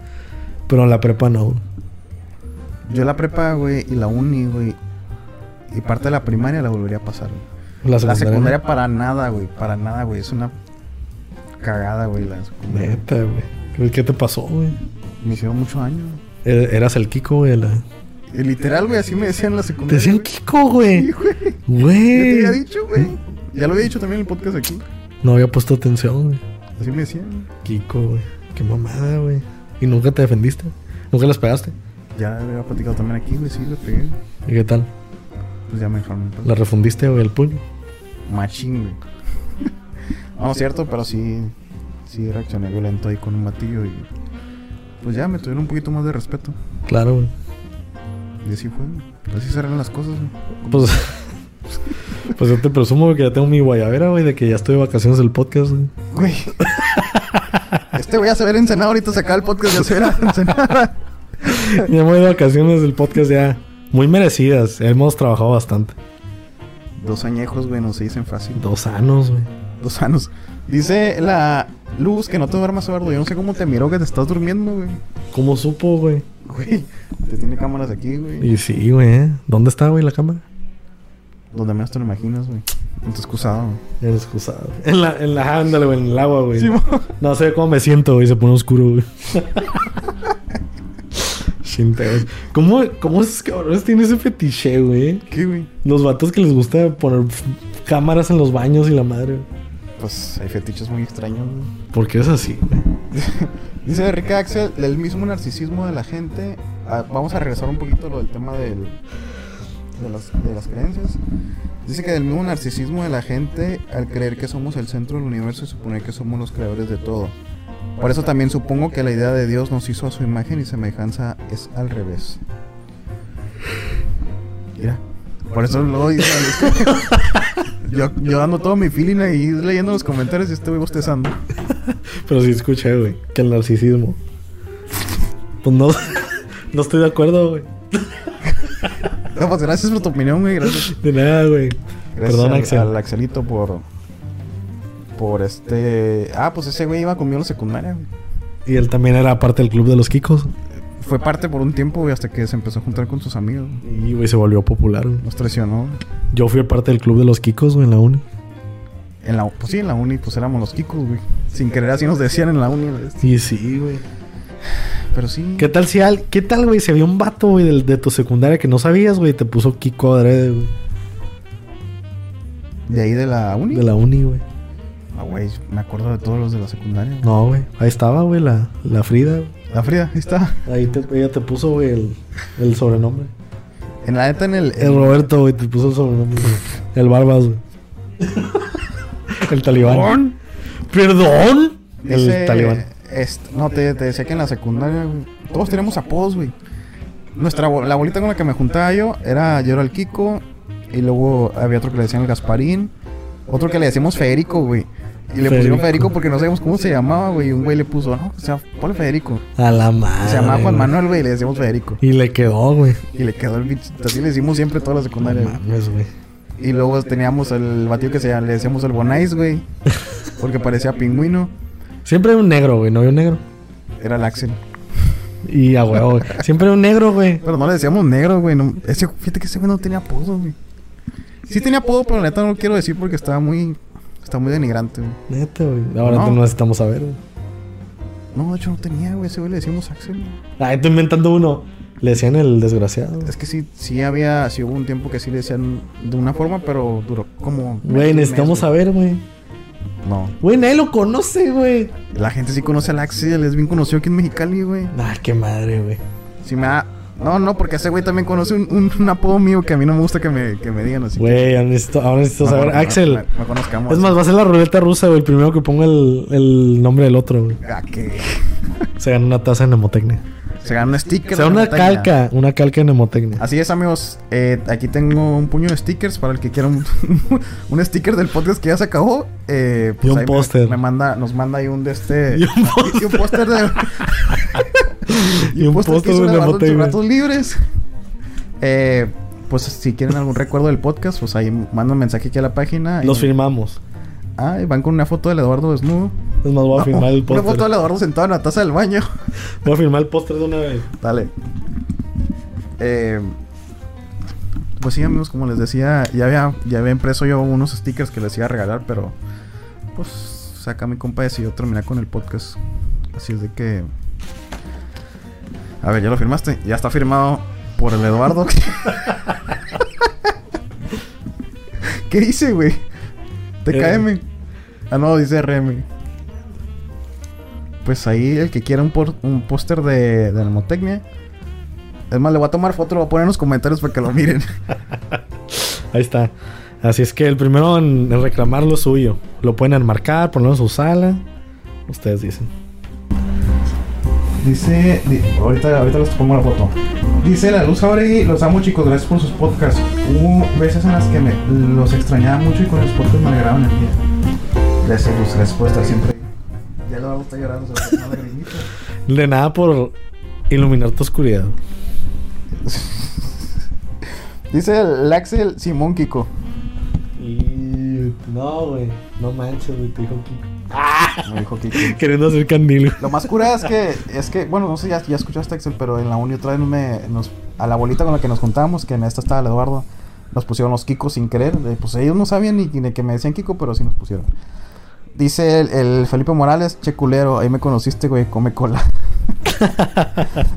Speaker 1: Pero la prepa no, güey.
Speaker 2: Yo la prepa, güey, y la uni, güey. Y parte de la primaria la volvería a pasar, güey. La secundaria para nada, güey. Para nada, güey. Es una cagada, güey. Las...
Speaker 1: Neta, güey. ¿Qué- ¿Qué te pasó, güey?
Speaker 2: Me hicieron mucho daño.
Speaker 1: Er- Eras el Kiko, güey. de la-
Speaker 2: Eh, Literal, güey, así me decían en la
Speaker 1: Te
Speaker 2: secundaria.
Speaker 1: decían
Speaker 2: güey.
Speaker 1: Kiko, güey.
Speaker 2: Sí, güey. Ya te había
Speaker 1: Güey.
Speaker 2: dicho, güey. Ya lo había dicho también en el podcast aquí.
Speaker 1: No había puesto atención, güey.
Speaker 2: Así me decían.
Speaker 1: Kiko, güey. Qué mamada, güey. ¿Y nunca te defendiste? ¿Nunca les pegaste?
Speaker 2: Ya lo había platicado también aquí, güey. Sí, lo pegué.
Speaker 1: ¿Y qué tal?
Speaker 2: Pues ya me dejaron.
Speaker 1: ¿La refundiste, güey, el puño?
Speaker 2: Machín, güey. no, cierto, pero sí. Sí, reaccioné violento ahí con un batillo y. Pues ya me tuvieron un poquito más de respeto.
Speaker 1: Claro, güey.
Speaker 2: Y así fue, güey. Así se arreglan las cosas, güey.
Speaker 1: Pues, pues yo te presumo güey, que ya tengo mi guayabera, güey, de que ya estoy de vacaciones del podcast, güey.
Speaker 2: Güey. Este voy a saber encenar ahorita sacar el podcast de Cera Ensenada.
Speaker 1: Ya me voy de vacaciones del podcast ya muy merecidas. Hemos trabajado bastante.
Speaker 2: Dos añejos, güey, no se dicen fácil.
Speaker 1: Dos años, güey.
Speaker 2: Dos años. Dice la luz que no te duermas, Eduardo. Yo no sé cómo te miró que te estás durmiendo, güey.
Speaker 1: ¿Cómo supo, güey?
Speaker 2: Güey, te tiene cámaras aquí, güey.
Speaker 1: Y sí, güey. ¿eh? ¿Dónde está, güey, la cámara?
Speaker 2: Donde menos te lo imaginas, güey. No te excusado, güey.
Speaker 1: En el excusado. En la, en la, ándale, güey, en el agua, güey.
Speaker 2: Sí, mo.
Speaker 1: no sé cómo me siento, güey. Se pone oscuro, güey. Chinte, güey. ¿Cómo, ¿Cómo esos cabrones tienen ese fetiche, güey?
Speaker 2: ¿Qué, güey?
Speaker 1: Los vatos que les gusta poner f- cámaras en los baños y la madre, güey.
Speaker 2: Pues hay fetiches muy extraños, güey.
Speaker 1: ¿Por qué es así, güey?
Speaker 2: Dice Rica Axel, del mismo narcisismo de la gente. Ah, vamos a regresar un poquito a lo del tema del, de, las, de las creencias. Dice que del mismo narcisismo de la gente al creer que somos el centro del universo y suponer que somos los creadores de todo. Por eso también supongo que la idea de Dios nos hizo a su imagen y semejanza es al revés. Mira. Por eso lo dice. yo, yo dando todo mi feeling ahí leyendo los comentarios y estoy bostezando.
Speaker 1: Pero sí escuché, güey, que el narcisismo. Pues no, no estoy de acuerdo, güey.
Speaker 2: No, pues gracias por tu opinión, güey. Gracias.
Speaker 1: De nada, güey.
Speaker 2: Gracias
Speaker 1: Perdón,
Speaker 2: al,
Speaker 1: Axel.
Speaker 2: al Axelito por. Por este. Ah, pues ese güey iba conmigo en la secundaria. güey.
Speaker 1: Y él también era parte del club de los Kikos.
Speaker 2: Fue parte por un tiempo, güey, hasta que se empezó a juntar con sus amigos. güey.
Speaker 1: Y, güey, se volvió popular, güey.
Speaker 2: Nos traicionó.
Speaker 1: Yo fui parte del club de los Kikos, güey, en la uni.
Speaker 2: En la, pues sí, en la uni, pues éramos los Kikos, güey. Sin querer, así nos decían en la uni. güey.
Speaker 1: Y sí, güey.
Speaker 2: Pero sí.
Speaker 1: ¿Qué tal si al... ¿Qué tal, güey? Se vio un vato, güey, del- de, tu secundaria que no sabías, güey, y te puso Kiko adrede, güey.
Speaker 2: De ahí de la uni.
Speaker 1: De la uni, güey.
Speaker 2: Ah, güey, me acuerdo de todos los de la secundaria. güey.
Speaker 1: No, güey. Ahí estaba, güey, la, la Frida. güey.
Speaker 2: La Frida, ahí está.
Speaker 1: Ahí te- ella te puso, güey, el, el sobrenombre.
Speaker 2: En la neta, en el.
Speaker 1: El Roberto, güey, te puso el sobrenombre. güey. El Barbas, güey. El talibán.
Speaker 2: Perdón.
Speaker 1: ¿Perdón?
Speaker 2: Dice,
Speaker 1: El talibán.
Speaker 2: est- no, te, te decía que en la secundaria, güey, todos teníamos apodos, güey. Nuestra, bo- la bolita con la que me juntaba yo era, yo era el Kiko, y luego había otro que le decían el Gasparín, otro que le decíamos Federico, güey. Y le pusieron
Speaker 1: Federico.
Speaker 2: Federico porque no sabíamos cómo se llamaba, güey. Y un güey le puso, no, o sea, ponle Federico.
Speaker 1: A la
Speaker 2: Y
Speaker 1: madre.
Speaker 2: se llamaba Juan
Speaker 1: Ah, güey.
Speaker 2: Manuel, güey, y le decíamos Federico.
Speaker 1: Y le quedó, güey.
Speaker 2: Y le quedó el bicho. Así le decimos siempre toda la
Speaker 1: No
Speaker 2: secundaria. güey.
Speaker 1: mames, güey.
Speaker 2: Y luego teníamos el batido que se llama, le decíamos el Bonais, güey. Porque parecía pingüino.
Speaker 1: Siempre hay un negro, güey. No hay un negro.
Speaker 2: Era el Axel.
Speaker 1: Y a huevo, güey. Siempre hay un negro, güey.
Speaker 2: Pero no le decíamos negro, güey. no- ese, fíjate que ese güey no tenía apodo, güey. Sí tenía apodo, pero la neta no lo quiero decir porque estaba muy. Está muy denigrante, güey.
Speaker 1: Neta, güey. Ahora
Speaker 2: No.
Speaker 1: no necesitamos saber, güey.
Speaker 2: No, de hecho no tenía, güey. Ese güey le decíamos Axel. güey.
Speaker 1: Ah, estoy inventando uno. Le decían el desgraciado. güey.
Speaker 2: Es que sí, sí había. Sí hubo un tiempo que sí le decían de una forma, pero duró como.
Speaker 1: Güey, necesitamos
Speaker 2: a...
Speaker 1: saber, güey.
Speaker 2: No.
Speaker 1: Güey, nadie lo conoce, güey.
Speaker 2: La gente sí conoce al Axel. Es bien conocido aquí en Mexicali, güey.
Speaker 1: Ah, qué madre, güey.
Speaker 2: Sí me da. No, no, porque ese güey también conoce un, un- un apodo mío que a mí no me gusta que me, que me digan así.
Speaker 1: Güey, ahora necesito, ahora necesito
Speaker 2: No,
Speaker 1: saber.
Speaker 2: no, no,
Speaker 1: Axel.
Speaker 2: no, no conozcamos.
Speaker 1: Es más, va a ser la ruleta rusa, güey. El primero que ponga el, el nombre del otro, güey.
Speaker 2: Ah, que-
Speaker 1: Se gana una taza de mnemotecnia.
Speaker 2: Se gana un sticker.
Speaker 1: Se gana
Speaker 2: de
Speaker 1: una
Speaker 2: montaña.
Speaker 1: calca, una calca de mnemotecnia.
Speaker 2: Así es, amigos. Eh, aquí tengo un puño de stickers para el que quiera un, un sticker del podcast que ya se acabó. Eh,
Speaker 1: Y un
Speaker 2: ahí me-
Speaker 1: póster.
Speaker 2: Me manda, nos manda ahí un de este.
Speaker 1: Y un
Speaker 2: y un póster de.
Speaker 1: Y un
Speaker 2: póster que
Speaker 1: póster
Speaker 2: hizo
Speaker 1: de
Speaker 2: Eduardo en sus
Speaker 1: mnemotecnia.
Speaker 2: ratos libres. Eh, pues si quieren algún recuerdo del podcast, pues ahí mandan un mensaje aquí a la página.
Speaker 1: Los
Speaker 2: y,
Speaker 1: firmamos.
Speaker 2: ah, y van con una foto del Eduardo desnudo.
Speaker 1: Es más, voy a firmar el
Speaker 2: Una foto
Speaker 1: póster.
Speaker 2: del Eduardo sentado en la taza del baño.
Speaker 1: Voy a firmar el póster de una vez.
Speaker 2: Dale. Eh, pues sí, amigos, como les decía, ya había, ya había impreso yo unos stickers que les iba a regalar, pero pues Entonces acá mi compa decidió terminar con el podcast. Así es de que. A ver, ya lo firmaste. Ya está firmado por el Eduardo. ¿Qué dice, güey? TKM. Ah, no, dice RM. Pues ahí el que quiera un, por- un póster de, de Almotecnia. Es más, le voy a tomar foto, lo voy a poner en los comentarios para que lo miren.
Speaker 1: Ahí está. Así es que el primero en, en reclamar lo suyo. Lo pueden enmarcar, ponerlo en su sala. Ustedes dicen.
Speaker 2: Dice. di- ahorita, ahorita les pongo la foto. Dice la luz Jauregui, los amo chicos, gracias por sus podcasts. Hubo veces en las que me los extrañaba mucho y con los podcasts me alegraban el día. Gracias, Luz, gracias por estar siempre. ahí. Ya lo vamos a estar llorando, se va a lagrimita.
Speaker 1: De nada por iluminar tu oscuridad.
Speaker 2: Dice el Axel Simón Kiko.
Speaker 1: Y... No, güey. No manches, güey. Te dijo
Speaker 2: Me dijo Kiko.
Speaker 1: Queriendo hacer candil.
Speaker 2: Lo más cura es que, es que, bueno, no sé, ya, ya escuchaste Axel, pero en la uni otra vez me, nos, a la bolita con la que nos juntábamos, que en esta estaba el Eduardo, nos pusieron los Kikos sin querer. eh, pues ellos no sabían ni, ni que me decían Kiko, pero sí nos pusieron. Dice el, el Felipe Morales, che culero, ahí me conociste, güey, come cola.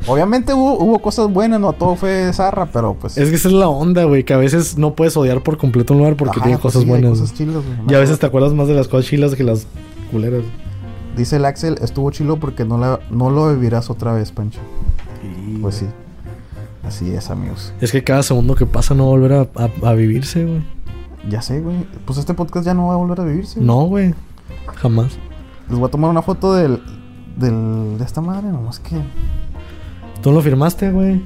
Speaker 2: Obviamente hubo, hubo cosas buenas, no todo fue zarra, pero pues.
Speaker 1: Es que esa es la onda, güey. Que a veces no puedes odiar por completo un lugar porque
Speaker 2: ajá,
Speaker 1: tiene
Speaker 2: pues
Speaker 1: cosas
Speaker 2: sí, hay
Speaker 1: buenas.
Speaker 2: cosas chilas, güey.
Speaker 1: y a veces te acuerdas más de las cosas chilas que las culeras.
Speaker 2: Dice el Axel, estuvo chilo porque no, la, no lo vivirás otra vez, Pancho. Pues
Speaker 1: Mm.
Speaker 2: sí. Así es, amigos.
Speaker 1: Es que cada segundo que pasa no va a volver a, a- a vivirse, güey.
Speaker 2: Ya sé, güey. Pues este podcast ya no va a volver a vivirse.
Speaker 1: No, güey. Jamás.
Speaker 2: Les voy a tomar una foto del. del de esta madre, nomás que.
Speaker 1: Tú lo firmaste, güey.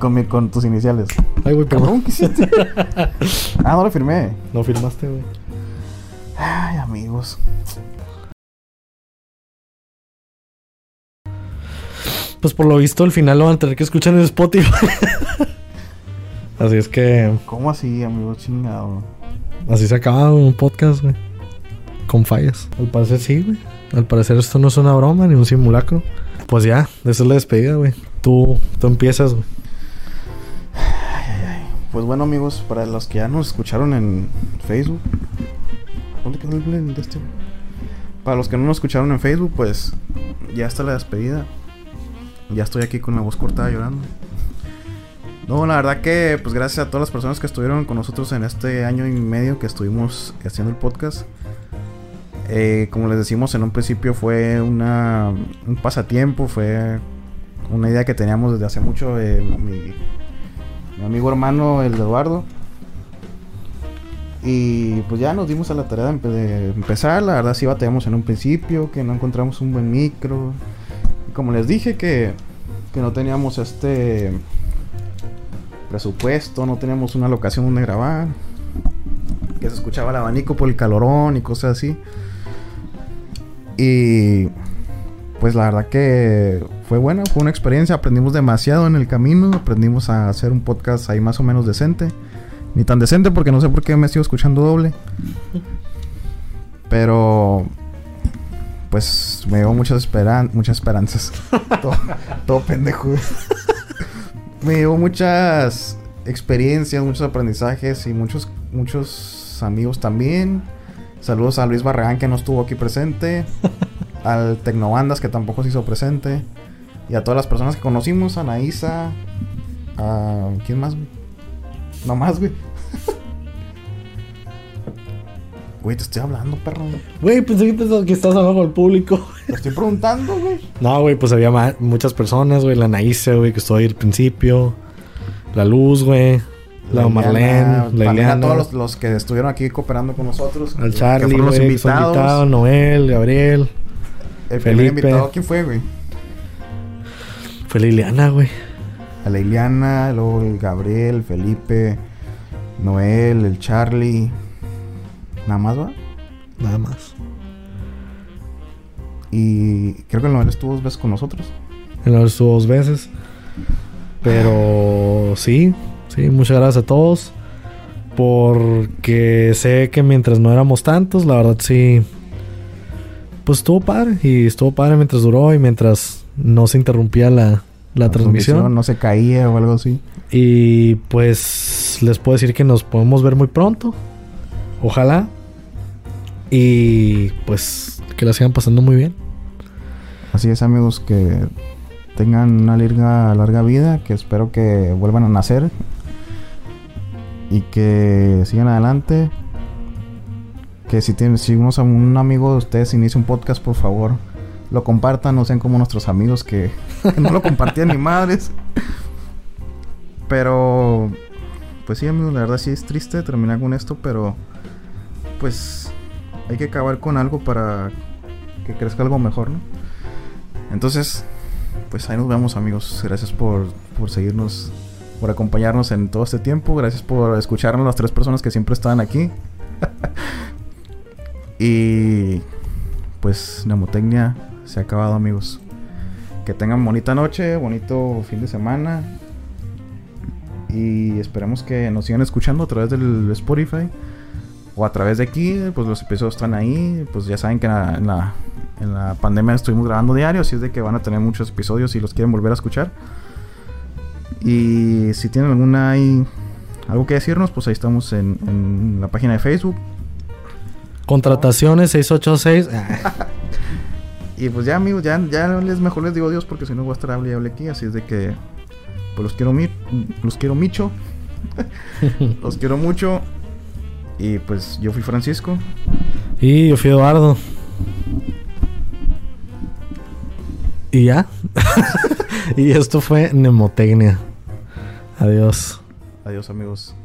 Speaker 2: Con, mi- con tus iniciales.
Speaker 1: Ay, güey, perdón.
Speaker 2: Cabrón, ¿qué hiciste? ah, no lo firmé.
Speaker 1: No firmaste, güey.
Speaker 2: Ay, amigos.
Speaker 1: Pues por lo visto, al final lo van a tener que escuchar en Spotify. así es que.
Speaker 2: ¿Cómo así, amigos? Chingado.
Speaker 1: Así se acaba un podcast, güey. Con fallas. Al parecer sí, güey. Al parecer esto no es una broma ni un simulacro. Pues ya, esa es la despedida, güey. Tú, tú empiezas, güey.
Speaker 2: Pues bueno, amigos, para los que ya nos escucharon en Facebook. ¿Dónde quedó el blend de este? Para los que no nos escucharon en Facebook, pues ya está la despedida. Ya estoy aquí con la voz cortada llorando. No, la verdad que pues gracias a todas las personas que estuvieron con nosotros en este año y medio que estuvimos haciendo el podcast. Eh, como les decimos en un principio fue una, un pasatiempo, fue una idea que teníamos desde hace mucho. eh, mi, mi amigo hermano, el de Eduardo. Y pues ya nos dimos a la tarea de, empe- de empezar. La verdad, sí batallamos en un principio, que no encontramos un buen micro. Y como les dije, que, que no teníamos este presupuesto, no teníamos una locación donde grabar. Que se escuchaba el abanico por el calorón y cosas así. Y pues la verdad que fue bueno, fue una experiencia, aprendimos demasiado en el camino, aprendimos a hacer un podcast ahí más o menos decente, ni tan decente porque no sé por qué me sigo escuchando doble, pero pues me dio muchas, esperan muchas esperanzas, todo, todo pendejo, me dio muchas experiencias, muchos aprendizajes y muchos, muchos amigos también. Saludos a Luis Barragán que no estuvo aquí presente al Tecnobandas que tampoco se hizo presente y a todas las personas que conocimos, a Anaísa, a quién más, güey? No más, güey. Güey, te estoy hablando, perro.
Speaker 1: Güey, pensé que, pensabas que estabas hablando con el público.
Speaker 2: Te estoy preguntando, güey.
Speaker 1: No, güey, pues había ma- muchas personas, güey. La Naíse, güey, que estuvo ahí al principio. La Luz, güey. La
Speaker 2: Ileana,
Speaker 1: Marlene. La
Speaker 2: también a
Speaker 1: Ileana.
Speaker 2: todos los, los que estuvieron aquí cooperando con nosotros.
Speaker 1: Al
Speaker 2: que
Speaker 1: Charlie, güey.
Speaker 2: fueron los
Speaker 1: que son
Speaker 2: invitados.
Speaker 1: invitados, Noel, Gabriel.
Speaker 2: el primer
Speaker 1: Felipe.
Speaker 2: invitado, ¿quién fue, güey?
Speaker 1: Fue la Ileana, güey.
Speaker 2: A la Ileana, luego el Gabriel, Felipe, Noel, el Charlie. Nada más, va.
Speaker 1: Nada más.
Speaker 2: Y creo que el Noel estuvo dos veces con nosotros.
Speaker 1: En la estuvo dos veces. Pero sí, sí, muchas gracias a todos. Porque sé que mientras no éramos tantos, la verdad sí. Pues estuvo padre. Y estuvo padre mientras duró y mientras no se interrumpía la, la transmisión.
Speaker 2: No se caía o algo así.
Speaker 1: Y pues les puedo decir que nos podemos ver muy pronto. Ojalá. Y pues que la sigan pasando muy bien.
Speaker 2: Así es, amigos, que tengan una larga, larga vida, que espero que vuelvan a nacer y que sigan adelante. Que si tienen, si unos, un amigo de ustedes inicia un podcast, por favor, lo compartan, no sean como nuestros amigos que, que no lo compartían ni madres. Pero, pues sí, amigos, la verdad sí es triste terminar con esto, pero pues hay que acabar con algo para que crezca algo mejor, ¿no? Entonces, pues ahí nos vemos amigos. Gracias por, por seguirnos, por acompañarnos en todo este tiempo. Gracias por escucharnos las tres personas que siempre estaban aquí. y pues Nemotecnia se ha acabado amigos. Que tengan bonita noche, bonito fin de semana. Y esperemos que nos sigan escuchando a través del Spotify o a través de aquí. Pues los episodios están ahí. Pues ya saben que en la, en la en la pandemia estuvimos grabando diario, así es de que van a tener muchos episodios si los quieren volver a escuchar. Y si tienen alguna ahí, algo que decirnos, pues ahí estamos en, en la página de Facebook.
Speaker 1: Contrataciones 686. Ah,
Speaker 2: Y pues ya amigos, ya, ya les mejor les digo adiós porque si no voy a estar hable y hable aquí, así es de que pues los quiero mi- los quiero micho. los quiero mucho. Y pues yo fui Francisco.
Speaker 1: y yo fui Eduardo. Y ya. y esto fue Nemotecnia. Adiós.
Speaker 2: Adiós amigos.